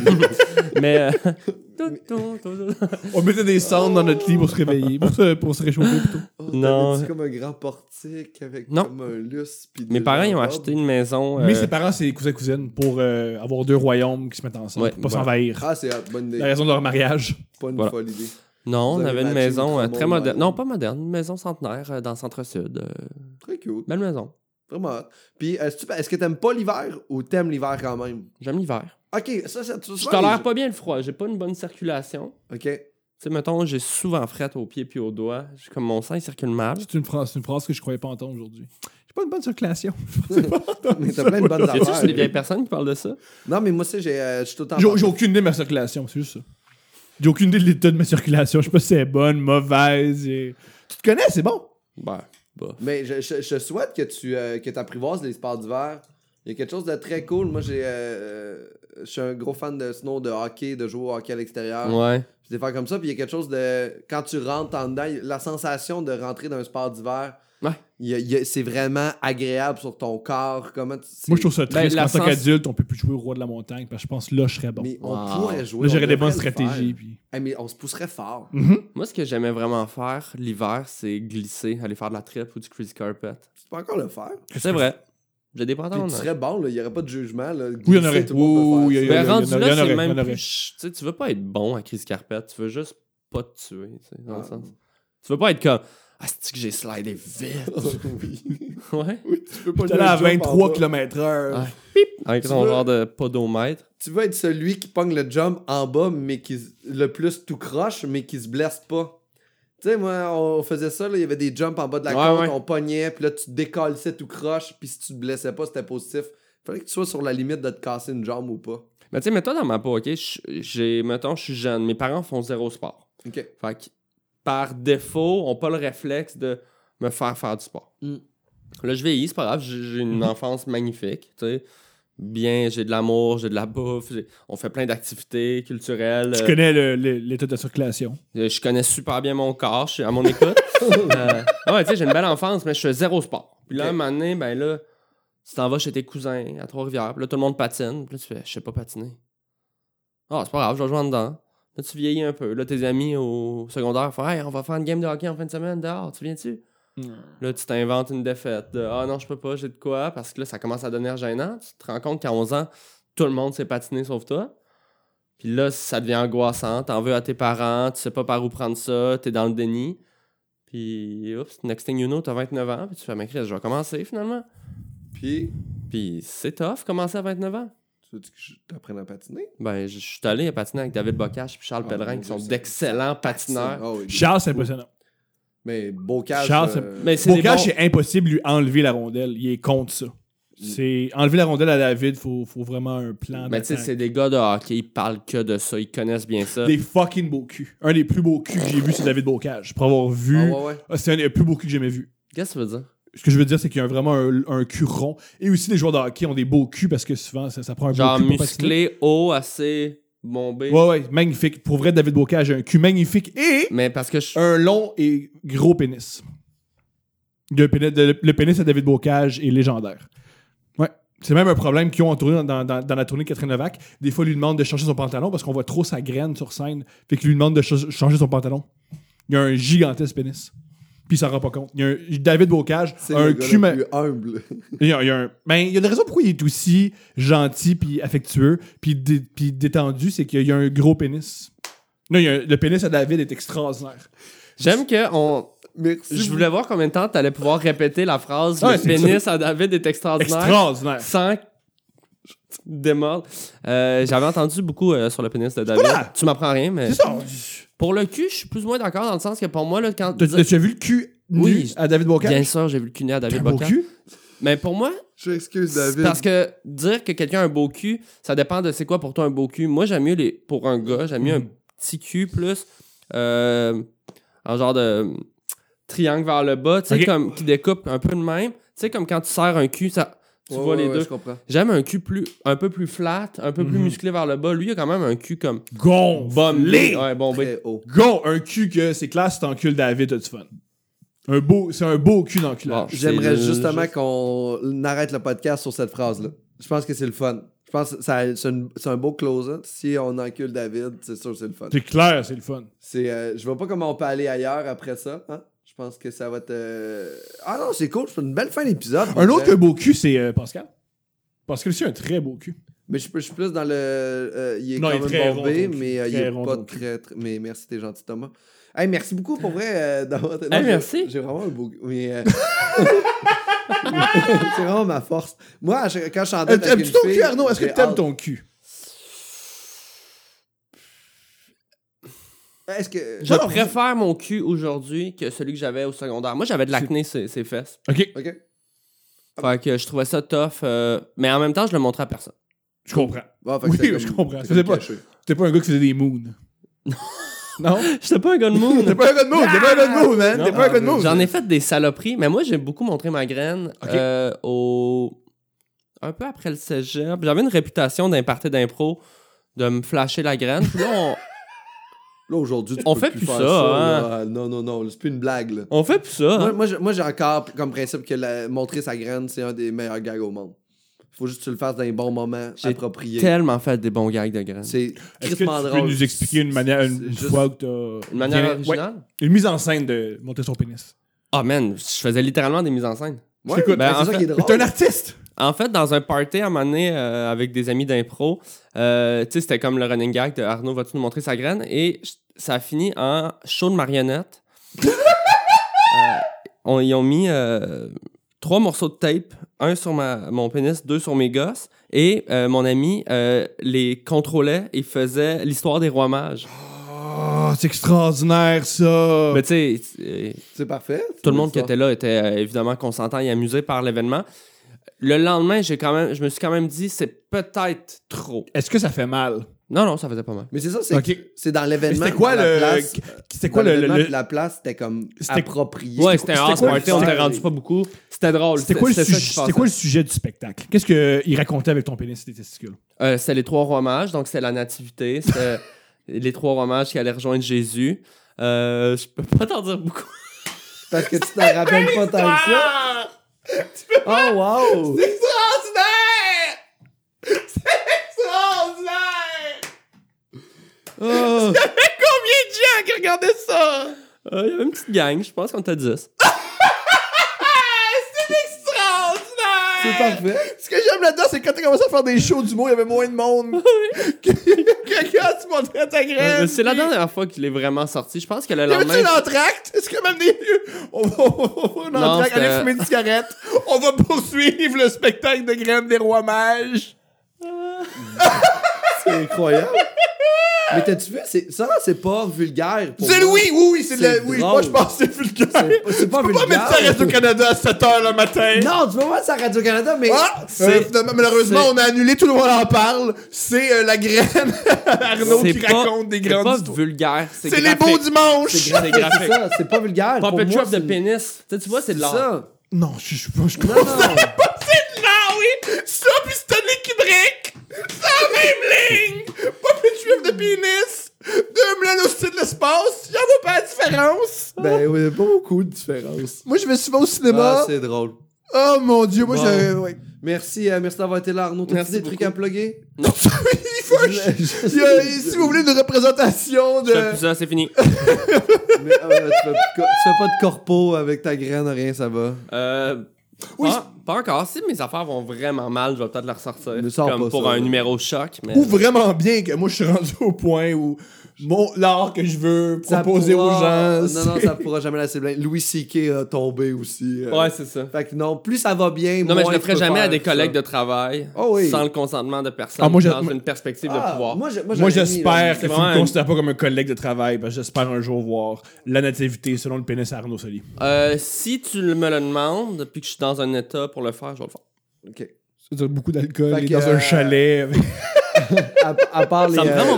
Speaker 3: Mais. euh,
Speaker 2: On mettait des cendres dans notre lit pour se réveiller, pour se, pour se réchauffer plutôt.
Speaker 4: oh,
Speaker 3: Non.
Speaker 4: non. comme un grand portique avec
Speaker 3: Non.
Speaker 4: comme un lustre. puis
Speaker 3: Mes
Speaker 4: des
Speaker 3: parents, ils ont
Speaker 4: jambes.
Speaker 3: acheté une maison. euh,
Speaker 2: Mais ses parents, c'est cousins-cousines pour euh, avoir deux royaumes qui se mettent ensemble,
Speaker 3: Ouais,
Speaker 2: pour pas
Speaker 3: voilà.
Speaker 2: s'envahir.
Speaker 4: Ah, c'est hot, bonne idée.
Speaker 2: La raison de leur mariage.
Speaker 4: Pas une
Speaker 3: Voilà.
Speaker 4: folle idée.
Speaker 3: Non,
Speaker 4: Vous
Speaker 3: on
Speaker 4: avez
Speaker 3: avait une
Speaker 4: matché
Speaker 3: maison
Speaker 4: votre
Speaker 3: euh,
Speaker 4: monde
Speaker 3: très moderne.
Speaker 4: dans-
Speaker 3: Non, pas moderne, une maison centenaire euh, dans le centre-sud. euh,
Speaker 4: Très cute.
Speaker 3: belle maison.
Speaker 4: Vraiment hot. Puis, est-ce que tu- est-ce que t'aimes pas l'hiver ou t'aimes l'hiver quand même
Speaker 3: J'aime l'hiver.
Speaker 4: Ok, ça, ça. tu-
Speaker 3: Je
Speaker 4: souvent,
Speaker 3: tolère
Speaker 4: les-
Speaker 3: pas bien le froid, j'ai pas une bonne circulation.
Speaker 4: Ok.
Speaker 3: Tu sais, mettons, j'ai souvent frette aux pieds puis aux doigts. J'ai comme mon sang, il circule mal.
Speaker 2: C'est une phrase, c'est une phrase que je croyais pas entendre aujourd'hui. J'ai pas une bonne circulation.
Speaker 4: Mais t'as plein de bonnes
Speaker 3: Y a-tu
Speaker 4: affaires.
Speaker 3: juste des vieilles personnes qui parlent de ça?
Speaker 4: Non, mais moi, ça, j'ai, euh, je suis tout le temps.
Speaker 2: J'ai j'ai aucune idée de ma circulation, c'est juste ça. J'ai aucune idée de l'état de ma circulation. Je sais pas si elle est bonne, mauvaise. et- Tu te connais, c'est bon.
Speaker 3: Ben, bah.
Speaker 4: Mais je, je, je souhaite que tu euh, que apprivoises les sports d'hiver. Il y a quelque chose de très cool. Moi, j'ai, euh, je suis un gros fan de snow, de hockey, de jouer au hockey à l'extérieur.
Speaker 3: Ouais.
Speaker 4: Puis des affaires comme ça. Puis il y a quelque chose de. Quand tu rentres en dedans, la sensation de rentrer dans un sport d'hiver,
Speaker 3: Ouais.
Speaker 4: il y a- il y a- c'est vraiment agréable sur ton corps. Comment tu- c'est-
Speaker 2: Moi, je trouve ça triste
Speaker 3: Ben, la
Speaker 2: qu'en tant
Speaker 3: sens-
Speaker 2: qu'adulte, on peut plus jouer au roi de la montagne parce que je pense que là, je serais bon.
Speaker 4: Mais
Speaker 3: Wow.
Speaker 4: on pourrait jouer.
Speaker 2: là,
Speaker 4: on
Speaker 2: j'aurais des bonnes
Speaker 4: devrait le
Speaker 2: stratégies.
Speaker 4: faire.
Speaker 2: Puis...
Speaker 4: Eh, mais on se pousserait fort.
Speaker 2: Mhm.
Speaker 3: Moi, ce que j'aimais vraiment faire l'hiver, c'est glisser, aller faire de la trip ou du crazy carpet.
Speaker 4: Tu peux encore le faire.
Speaker 3: C'est vrai. J'ai des
Speaker 4: Puis
Speaker 3: pantalons.
Speaker 4: tu serais bon, là. Il n'y aurait pas de jugement. Là.
Speaker 2: Oui, il y en aurait.
Speaker 4: Tout le monde peut
Speaker 2: Oui,
Speaker 4: faire ça.
Speaker 2: oui, oui, oui, Il
Speaker 3: Ben,
Speaker 2: y en
Speaker 3: rendu
Speaker 2: aurait, il y en
Speaker 3: là, c'est
Speaker 2: aurais, il y
Speaker 3: même
Speaker 2: en aurait.
Speaker 3: plus. ch- Tu sais, tu veux pas être bon à crise carpet, tu veux juste pas te tuer, tu sais, dans le
Speaker 4: Ah.
Speaker 3: sens. Tu veux pas être comme Ah, c'est que j'ai slidé vite.
Speaker 4: oui.
Speaker 3: ouais.
Speaker 4: Tu peux pas
Speaker 2: J'étais
Speaker 4: jouer
Speaker 2: là à
Speaker 4: le jump en
Speaker 2: 23
Speaker 4: bas.
Speaker 2: km/h.
Speaker 3: Ah. Avec
Speaker 4: Tu
Speaker 3: son
Speaker 4: veux-
Speaker 3: genre de podomètre.
Speaker 4: Tu veux être celui qui pogne le jump en bas, mais qui s- le plus tout croche, mais qui se blesse pas. Tu sais, moi, on faisait ça, là, il y avait des jumps en bas de la
Speaker 3: Ouais,
Speaker 4: côte,
Speaker 3: ouais.
Speaker 4: on pognait, puis là, tu décalissais tout croche, puis si tu te blessais pas, c'était positif. Fallait que tu sois sur la limite de te casser une jambe ou pas.
Speaker 3: Mais Ben, tu sais, mets-toi dans ma peau, ok? Je- J'ai, mettons, je suis jeune. Mes parents font zéro sport.
Speaker 4: Ok.
Speaker 3: Fait que, par défaut, on pas le réflexe de me faire faire du sport.
Speaker 4: Mm.
Speaker 3: Là, je vieillis, c'est pas grave, j'ai j'ai
Speaker 2: Mm-hmm.
Speaker 3: une enfance magnifique, tu sais. Bien, j'ai de l'amour, j'ai de la bouffe, j'ai- on fait plein d'activités culturelles.
Speaker 2: Tu
Speaker 3: euh,
Speaker 2: connais le- le- l'état de la circulation.
Speaker 3: Euh, Je connais super bien mon corps, je suis à mon écoute. Euh, ouais, tu sais, j'ai une belle enfance, mais je fais zéro sport. Puis là,
Speaker 4: Ok.
Speaker 3: un moment donné, ben là, tu t'en vas chez tes cousins à Trois-Rivières. Puis là, tout le monde patine. Puis là, tu fais, je sais pas patiner. Ah, c'est pas grave, je vais jouer en dedans. Là, tu vieillis un peu. Là, tes amis au secondaire font, hey, on va faire une game de hockey en fin de semaine dehors, tu viens-tu? Là, tu t'inventes une défaite. de, ah non, je peux pas, j'ai de quoi. Parce que là, ça commence à devenir gênant. Tu te rends compte qu'à 11 ans, tout le monde s'est patiné sauf toi. Puis là, ça devient angoissant. T'en veux à tes parents, tu sais pas par où prendre ça, t'es dans le déni. Puis, oups, next thing you know, t'as 29 ans. Puis tu fais, mais Chris, je vais commencer finalement.
Speaker 4: Puis,
Speaker 3: Puis c'est tough, commencer à 29 ans.
Speaker 4: tu veux que je t'apprenne à patiner?
Speaker 3: Ben, je je suis allé patiner avec David Bocage puis Charles
Speaker 4: Ah,
Speaker 3: Pellerin,
Speaker 4: mon
Speaker 3: qui
Speaker 4: Dieu,
Speaker 3: sont
Speaker 4: c'est-
Speaker 3: d'excellents patineurs.
Speaker 4: Ah oui,
Speaker 2: Charles, c'est impressionnant.
Speaker 4: Mais Bocage.
Speaker 2: Charles,
Speaker 4: euh,
Speaker 3: Mais c'est des
Speaker 2: Bocage,
Speaker 3: bons-
Speaker 2: c'est impossible de lui enlever la rondelle. Il est contre ça.
Speaker 4: Mm.
Speaker 2: C'est enlever la rondelle à David, faut, faut vraiment un
Speaker 4: Ben,
Speaker 2: plan.
Speaker 3: Mais Ben, tu sais,
Speaker 2: d'attaque.
Speaker 3: c'est des gars de hockey, ils parlent que de ça, ils connaissent bien ça.
Speaker 2: des fucking beaux culs. Un des plus beaux culs que j'ai vu, c'est David Bocage. Pour avoir vu,
Speaker 4: ah ouais, ouais.
Speaker 2: Ah, c'est un des plus beaux culs que j'ai jamais vu.
Speaker 3: Qu'est-ce que ça veut dire?
Speaker 2: Ce que je veux dire, c'est qu'il y a vraiment un, un cul rond. Et aussi, les joueurs de hockey ont des beaux culs parce que souvent, ça, ça prend un
Speaker 3: Genre
Speaker 2: beau cul pour patiner.
Speaker 3: musclé, haut, assez bombé.
Speaker 2: Ouais, ouais, magnifique. Pour vrai, David Bocage a un cul magnifique et
Speaker 3: Mais parce que je.
Speaker 2: un long et gros pénis. Le pénis, de- le pénis à David Bocage est légendaire. Ouais. C'est même un problème qu'ils ont entouré dans, dans- dans- dans la tournée de Catherine Levac. Des fois, ils lui demande de changer son pantalon parce qu'on voit trop sa graine sur scène. Fait qu'ils lui demande de ch- changer son pantalon. Il y a un gigantesque pénis. Puis il s'en rend pas compte. Il y a un- David Bocage
Speaker 4: C'est
Speaker 2: a un
Speaker 4: le gars
Speaker 2: cul. ma-
Speaker 4: le plus humble.
Speaker 2: il y a, il y a un- ben, il y a une raison pourquoi il est aussi gentil, puis affectueux, puis, dé- puis détendu, c'est qu'il y a un gros pénis. Non, il y a un- le pénis à David est extraordinaire.
Speaker 3: J'aime que on.
Speaker 4: Merci.
Speaker 3: Je voulais voir combien de temps t'allais pouvoir répéter la phrase
Speaker 2: Ouais,
Speaker 3: Le
Speaker 2: c'est
Speaker 3: pénis à David est extraordinaire
Speaker 2: Extraordinaire.
Speaker 3: sans démordre. Euh, J'avais entendu beaucoup euh, sur le pénis de David.
Speaker 2: Voilà.
Speaker 3: Tu m'apprends rien, mais.
Speaker 2: C'est ça.
Speaker 3: Pour le cul, je suis plus ou moins d'accord dans le sens que pour moi, là, quand.
Speaker 2: T'as- t'as- Tu as vu le cul nu
Speaker 3: Oui.
Speaker 2: à David Bocage?
Speaker 3: Bien sûr, j'ai vu le cul né à
Speaker 2: T'as un
Speaker 3: David
Speaker 2: beau
Speaker 3: Bocan.
Speaker 2: cul?
Speaker 3: Mais pour moi,
Speaker 4: Je excuse
Speaker 3: C'est
Speaker 4: David.
Speaker 3: Parce que dire que quelqu'un a un beau cul, ça dépend de c'est quoi pour toi un beau cul. Moi, j'aime mieux les. Pour un gars, j'aime mieux un
Speaker 2: Mm-hmm.
Speaker 3: petit cul plus. Euh, un genre de triangle vers le bas, tu sais,
Speaker 2: Ok.
Speaker 3: comme qui découpe un peu de même. Tu sais, comme quand tu serres un cul, ça. Tu
Speaker 4: Ouais,
Speaker 3: vois
Speaker 4: ouais,
Speaker 3: les
Speaker 4: ouais,
Speaker 3: deux.
Speaker 4: Je comprends.
Speaker 3: J'aime un cul plus, un peu plus flat, un peu plus
Speaker 2: Mhm.
Speaker 3: musclé vers le bas. Lui, il a quand même un cul comme bombé.
Speaker 2: Gonflé!
Speaker 3: Ouais, bombé.
Speaker 4: Très haut.
Speaker 2: Gon, un cul que c'est classe, t'encules David, t'as du fun. Un beau, c'est un beau cul
Speaker 3: Bon,
Speaker 2: d'enculage.
Speaker 3: c'est
Speaker 4: J'aimerais
Speaker 3: le-
Speaker 4: justement qu'on arrête le podcast sur cette phrase-là. Je pense que c'est le fun. Je pense que ça- c'est une- c'est un beau close Si on encule David, c'est sûr que c'est le fun.
Speaker 2: C'est clair, c'est le fun.
Speaker 4: C'est, euh, je vois pas comment on peut aller ailleurs après ça. hein. Je pense que ça va être... euh, Ah non, c'est cool. C'est une belle fin d'épisode.
Speaker 2: Un autre
Speaker 4: Je-
Speaker 2: que beau cul, c'est euh, Pascal. Pascal aussi a un très beau cul.
Speaker 4: Mais je, peux- je suis plus dans le... euh, il est
Speaker 2: Non,
Speaker 4: quand
Speaker 2: il est très
Speaker 4: même bombé,
Speaker 2: rond, ton cul.
Speaker 4: mais euh, il
Speaker 2: Très
Speaker 4: est
Speaker 2: rond,
Speaker 4: pas
Speaker 2: ton cul.
Speaker 4: très, très- Mais merci, t'es gentil, Thomas. Hey, merci beaucoup pour vrai euh, d'avoir... Non,
Speaker 3: Hey,
Speaker 4: j'ai-
Speaker 3: merci.
Speaker 4: J'ai vraiment un beau... Mais... euh, c'est vraiment ma force. Moi, à chaque- quand je suis en
Speaker 2: Euh,
Speaker 4: date avec
Speaker 2: T'aimes-tu
Speaker 4: une
Speaker 2: ton
Speaker 4: fille,
Speaker 2: cul, Arnaud? Est-ce que
Speaker 4: j'ai
Speaker 2: t'aimes
Speaker 4: hâte-
Speaker 2: ton cul?
Speaker 4: Est-ce que.
Speaker 3: Je
Speaker 2: Non, non,
Speaker 3: préfère mon cul aujourd'hui que celui que j'avais au secondaire. Moi, j'avais de l'acné, ses, ses fesses.
Speaker 2: Ok,
Speaker 4: Ok.
Speaker 3: Fait que je trouvais ça tough. euh, mais en même temps, je le montrais à personne.
Speaker 2: je comprends.
Speaker 4: Bon, fait que
Speaker 2: Oui,
Speaker 4: c'était
Speaker 2: je
Speaker 4: comme-
Speaker 2: comprends.
Speaker 4: c'était
Speaker 2: Faisais
Speaker 4: comme
Speaker 2: pas-
Speaker 4: caché.
Speaker 2: T'es pas un gars qui faisait des moons. non?
Speaker 3: J'étais pas un gars de
Speaker 4: T'es
Speaker 3: moon.
Speaker 4: pas un gars de mood, t'es pas un gars de mood, man.
Speaker 2: Non,
Speaker 4: T'es pas un gars de mood.
Speaker 3: J'en ai fait des saloperies, mais moi, j'ai beaucoup montré ma graine
Speaker 2: Ok.
Speaker 3: euh, au. Un peu après le cégep. J'avais une réputation d'un party d'impro de me flasher la graine. Puis là, on,
Speaker 4: Là, aujourd'hui, tu
Speaker 3: On
Speaker 4: peux
Speaker 3: fait plus
Speaker 4: faire
Speaker 3: ça, hein.
Speaker 4: là. Non, non, non, c'est plus une blague, là.
Speaker 3: on fait plus ça.
Speaker 4: Moi,
Speaker 3: hein.
Speaker 4: moi, j'ai- moi, j'ai encore comme principe que la- montrer sa graine, c'est un des meilleurs gags au monde. Faut juste que tu le fasses dans les bons moments
Speaker 3: J'ai
Speaker 4: appropriés.
Speaker 3: Tellement fait des bons gags de graine.
Speaker 4: C'est
Speaker 2: Est-ce que tu
Speaker 4: crissement
Speaker 2: peux
Speaker 4: drôle.
Speaker 2: nous expliquer une manière, une,
Speaker 4: C'est
Speaker 2: une
Speaker 4: juste
Speaker 2: fois que t'as...
Speaker 3: Une manière
Speaker 2: Ouais.
Speaker 3: originale.
Speaker 2: Une mise en scène de monter son pénis.
Speaker 3: Ah, man, je faisais littéralement des mises en scène.
Speaker 4: Ouais,
Speaker 2: t'écoute.
Speaker 4: ben,
Speaker 3: Ben, en
Speaker 4: c'est ça qui est
Speaker 3: fait,
Speaker 2: Mais T'es un
Speaker 4: drôle.
Speaker 2: artiste!
Speaker 3: En fait, dans un party à un moment donné euh, avec des amis d'impro, euh, tu sais, c'était comme le running gag de Arnaud, vas-tu nous montrer sa graine? Et j- ça a fini en show de marionnette. on, ils ont mis euh, trois morceaux de tape, un sur ma, mon pénis, deux sur mes gosses, et euh, mon ami euh, les contrôlait et faisait l'histoire des rois mages.
Speaker 2: Oh,
Speaker 1: Ah,
Speaker 2: c'est extraordinaire, ça!
Speaker 3: Mais tu sais, euh,
Speaker 4: C'est parfait.
Speaker 3: tout le monde qui
Speaker 4: C'est
Speaker 3: était là était euh, évidemment consentant et amusé par l'événement. Le lendemain, j'ai quand même, je me suis quand même dit, c'est peut-être trop.
Speaker 2: Est-ce que ça fait mal?
Speaker 3: Non, non, ça faisait pas mal.
Speaker 4: Mais c'est ça, c'est
Speaker 2: Ok.
Speaker 4: c'est dans l'événement.
Speaker 2: Mais c'était quoi
Speaker 4: dans
Speaker 2: le-
Speaker 4: la place,
Speaker 2: C'était
Speaker 4: quoi
Speaker 2: quoi le... le- le-
Speaker 4: La place, c'était comme
Speaker 2: C'était-
Speaker 4: approprié.
Speaker 3: Ouais, c'était un
Speaker 2: c'était
Speaker 3: house
Speaker 2: quoi-
Speaker 3: party, on
Speaker 2: c'était-
Speaker 3: était rendu pas beaucoup. C'était drôle.
Speaker 2: C'était quoi, le
Speaker 3: ça qui
Speaker 2: sujet-
Speaker 3: se
Speaker 2: c'était
Speaker 3: passait.
Speaker 2: quoi le sujet du spectacle? Qu'est-ce qu'il racontait avec ton pénis et tes testicules?
Speaker 3: Euh, C'était les trois rois mages, donc c'était la nativité, c'était les trois rois mages qui allaient rejoindre Jésus. Euh, je peux pas t'en dire beaucoup.
Speaker 4: Parce que tu t'en rappelles pas tant que ça. Oh, wow!
Speaker 1: Oh.
Speaker 3: Qui regardait ça? Euh, Il y avait une petite gang, je pense qu'on était 10.
Speaker 4: C'est parfait.
Speaker 1: Ce que j'aime là-dedans, c'est quand t'as commencé à faire des shows d'humour, il y avait moins de monde. Quelqu'un, tu montrais ta
Speaker 3: Euh,
Speaker 1: graine.
Speaker 3: C'est la dernière fois qu'il est vraiment sorti. Je pense que le
Speaker 1: Y avait-tu
Speaker 3: lendemain.
Speaker 1: un entracte? Est-ce que même des lieux? On va on va un
Speaker 3: Non,
Speaker 1: entracte,
Speaker 3: c'était-
Speaker 1: aller fumer une cigarette. On va poursuivre le spectacle de graines des rois mages.
Speaker 4: C'est incroyable. Mais t'as-tu vu? c'est- Ça, c'est pas vulgaire. pour
Speaker 1: C'est
Speaker 4: moi.
Speaker 1: oui, oui, oui, c'est de
Speaker 4: c'est
Speaker 1: la- Oui, moi
Speaker 4: drôle.
Speaker 1: je pense que c'est vulgaire.
Speaker 4: C'est pas- C'est pas
Speaker 1: On va
Speaker 4: vulgaire.
Speaker 1: pas mettre ça à Radio-Canada à 7h le matin.
Speaker 4: Non, tu peux pas mettre ça à Radio-Canada, mais.
Speaker 1: Ah!
Speaker 3: C'est-
Speaker 1: Euh, finalement, malheureusement,
Speaker 3: c'est-
Speaker 1: on a annulé, tout le monde en parle. C'est euh, la graine Arnaud
Speaker 3: C'est
Speaker 1: qui
Speaker 3: pas-
Speaker 1: raconte des
Speaker 3: C'est pas
Speaker 1: grandes histoires.
Speaker 3: vulgaire, c'est
Speaker 1: C'est les beaux
Speaker 3: graphique.
Speaker 1: dimanches!
Speaker 3: C'est graphique.
Speaker 4: C'est ça, c'est pas vulgaire. Pour
Speaker 3: Puppet
Speaker 4: moi,
Speaker 3: trap de
Speaker 4: c'est-
Speaker 3: pénis. Tu sais, tu vois, c'est de l'art.
Speaker 4: ça.
Speaker 2: Non, je suis pas... Je,
Speaker 4: Non, non.
Speaker 1: Ah oui! Ça, puis Stanley Kubrick! C'est la même ligne! Pas plus de juif de pénis! Deux melons aussi de l'espace! Y'en a pas la différence!
Speaker 4: ben oui, pas beaucoup de différence.
Speaker 1: Moi, je vais souvent au
Speaker 4: Ah,
Speaker 1: cinéma.
Speaker 4: c'est drôle.
Speaker 1: oh mon dieu, moi,
Speaker 3: Bon.
Speaker 1: j'ai... Ouais.
Speaker 4: Merci, euh, merci d'avoir été là, Arnaud. T'as-tu
Speaker 3: Merci
Speaker 4: des
Speaker 3: beaucoup.
Speaker 4: trucs à plugger?
Speaker 1: Il faut... que je- Il y a- si vous voulez une représentation
Speaker 3: Je fais
Speaker 1: de...
Speaker 3: plus ça, c'est fini.
Speaker 4: Mais, euh, tu, fais, tu fais pas de corpo avec ta graine, rien, ça va.
Speaker 3: Euh,
Speaker 2: Oui,
Speaker 3: pas, pas encore. Si mes affaires vont vraiment mal, je vais peut-être les ressortir.
Speaker 4: Ne sors
Speaker 3: Comme
Speaker 4: pas
Speaker 3: pour
Speaker 4: ça,
Speaker 3: un
Speaker 4: là.
Speaker 3: numéro choc. Mais...
Speaker 2: Ou vraiment bien que moi je suis rendu au point où mon l'art que je veux
Speaker 4: Ça
Speaker 2: proposer aux
Speaker 4: pourra-
Speaker 2: gens.
Speaker 4: Non, non,
Speaker 2: c'est-
Speaker 4: ça pourra jamais assez bien. Louis C.K. a tombé aussi. euh.
Speaker 3: Ouais, c'est ça.
Speaker 4: Fait que non, plus ça va bien,
Speaker 3: Non, mais je
Speaker 4: moins
Speaker 3: le
Speaker 4: tu
Speaker 3: ferai
Speaker 4: peux
Speaker 3: jamais à
Speaker 4: faire
Speaker 3: des
Speaker 4: ça.
Speaker 3: collègues de travail
Speaker 4: Oh oui.
Speaker 3: sans le consentement de personne
Speaker 2: Ah, moi, j'ai-
Speaker 3: dans
Speaker 2: moi-
Speaker 3: une perspective de
Speaker 4: Ah,
Speaker 3: pouvoir.
Speaker 4: Moi, j'ai-
Speaker 2: Moi
Speaker 4: j'aurais mis, euh, là,
Speaker 2: j'espère
Speaker 3: c'est
Speaker 2: que tu
Speaker 3: vraiment
Speaker 2: me
Speaker 3: une-
Speaker 2: considères pas comme un collègue de travail, parce que j'espère un jour voir la nativité selon le pénis à Arnaud Soli.
Speaker 3: Euh, si tu me le demandes puis que je suis dans un état pour le faire, je vais le faire.
Speaker 4: Ok.
Speaker 2: C'est-à-dire beaucoup d'alcool,
Speaker 4: Fait
Speaker 2: il est
Speaker 4: que,
Speaker 2: dans
Speaker 4: euh,
Speaker 2: un chalet.
Speaker 4: À, à part les.
Speaker 3: Ça me prend
Speaker 4: euh,
Speaker 3: mon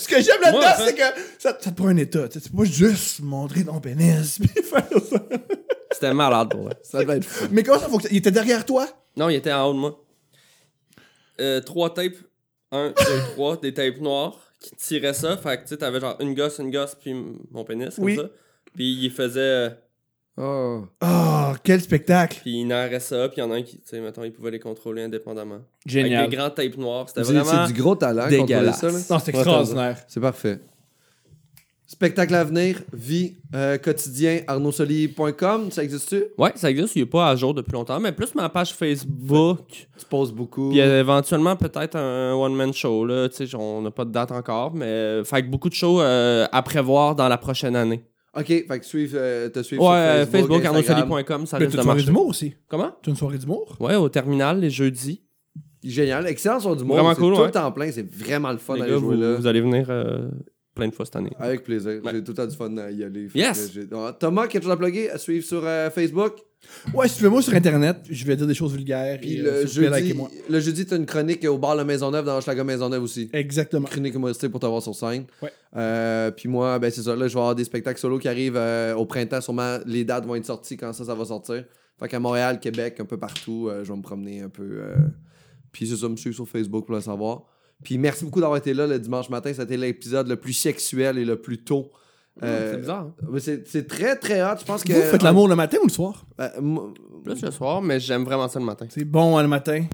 Speaker 2: Ce que j'aime là-dedans,
Speaker 3: là-dedans, Moi, en
Speaker 2: c'est
Speaker 3: fait-
Speaker 2: que ça, ça te prend un état. tu sais, C'est pas juste montrer ton pénis puis faire ça.
Speaker 3: C'était malade pour vrai.
Speaker 4: Ça va être fou.
Speaker 2: Mais comment ça faut que. Il était derrière toi?
Speaker 3: Non, il était en haut de moi. Euh, trois tapes. Un, deux, trois. Des tapes noires qui tiraient ça. Fait que tu sais, t'avais genre une gosse, une gosse, puis m- mon pénis, comme
Speaker 2: Oui.
Speaker 3: ça. Puis il faisait. euh,
Speaker 4: Oh.
Speaker 2: Ah, quel spectacle!
Speaker 3: Puis il narrait ça. Puis il y en a un qui, tu sais, mettons, il pouvait les contrôler indépendamment. Avec des
Speaker 2: Génial.
Speaker 3: grands tapes noires. C'était
Speaker 4: C'est
Speaker 3: vraiment.
Speaker 4: c'est du gros talent. contrôler
Speaker 3: dégueulasse.
Speaker 4: ça, là.
Speaker 2: Non, c'est extraordinaire.
Speaker 4: C'est parfait. Spectacle à venir, vie, euh, quotidien, arnaudsoli.com, ça existe-tu?
Speaker 3: Ouais, ça existe. Il est pas à jour depuis longtemps. Mais plus ma page Facebook.
Speaker 4: Tu poses beaucoup.
Speaker 3: Puis euh, éventuellement, peut-être un one-man show. Là. Tu sais, on n'a pas de date encore. Mais euh, fait que beaucoup de shows euh, à prévoir dans la prochaine année.
Speaker 4: Ok, fait que suivre, euh, te suivre
Speaker 3: Ouais, euh,
Speaker 4: sur Facebook,
Speaker 3: Facebook,
Speaker 4: Instagram.
Speaker 3: arnaudsolis.com, ça
Speaker 2: Mais tu
Speaker 3: risque de
Speaker 2: une soirée
Speaker 3: marcher.
Speaker 2: d'humour aussi.
Speaker 3: Comment?
Speaker 2: Tu une soirée d'humour?
Speaker 3: Ouais, au terminal, les jeudis.
Speaker 4: Génial, excellent sur du monde.
Speaker 3: Vraiment
Speaker 4: c'est
Speaker 3: cool,
Speaker 4: tout
Speaker 3: ouais.
Speaker 4: le temps plein, c'est vraiment le fun
Speaker 3: Les
Speaker 4: d'aller
Speaker 3: gars,
Speaker 4: jouer
Speaker 3: vous,
Speaker 4: là.
Speaker 3: vous allez venir euh, plein de fois cette année.
Speaker 4: Avec plaisir.
Speaker 3: Ouais.
Speaker 4: J'ai tout le temps du fun à y aller. Fait que
Speaker 3: Yes.
Speaker 4: j'ai- Ah, Thomas, quelque chose à plugger? À suivre sur euh, Facebook?
Speaker 2: Ouais, si tu veux, moi sur Internet, je vais dire des choses vulgaires.
Speaker 4: Puis
Speaker 2: et,
Speaker 4: le,
Speaker 2: euh, s'il vous plaît,
Speaker 4: jeudi,
Speaker 2: likez-moi.
Speaker 4: le jeudi, t'as une chronique au bar La Maisonneuve dans Schlager Maisonneuve aussi.
Speaker 2: Exactement.
Speaker 4: Chronique humoristique pour t'avoir sur scène.
Speaker 2: Ouais.
Speaker 4: Euh, puis moi, ben c'est ça. Là, je vais avoir des spectacles solo qui arrivent euh, au printemps. Sûrement, les dates vont être sorties quand ça, ça va sortir. Fait qu'à Montréal, Québec, un peu partout, euh, je vais me promener un peu. euh, Puis c'est ça, me suivre sur Facebook pour le savoir. Puis merci beaucoup d'avoir été là le dimanche matin. C'était l'épisode le plus sexuel et le plus tôt. Euh,
Speaker 3: C'est bizarre. hein.
Speaker 4: mais c'est- C'est très, très hot. Je pense que.
Speaker 2: Vous faites l'amour le matin ou le soir?
Speaker 4: Euh, moi-
Speaker 3: Plus le soir, mais j'aime vraiment ça le matin.
Speaker 2: C'est bon hein, le matin.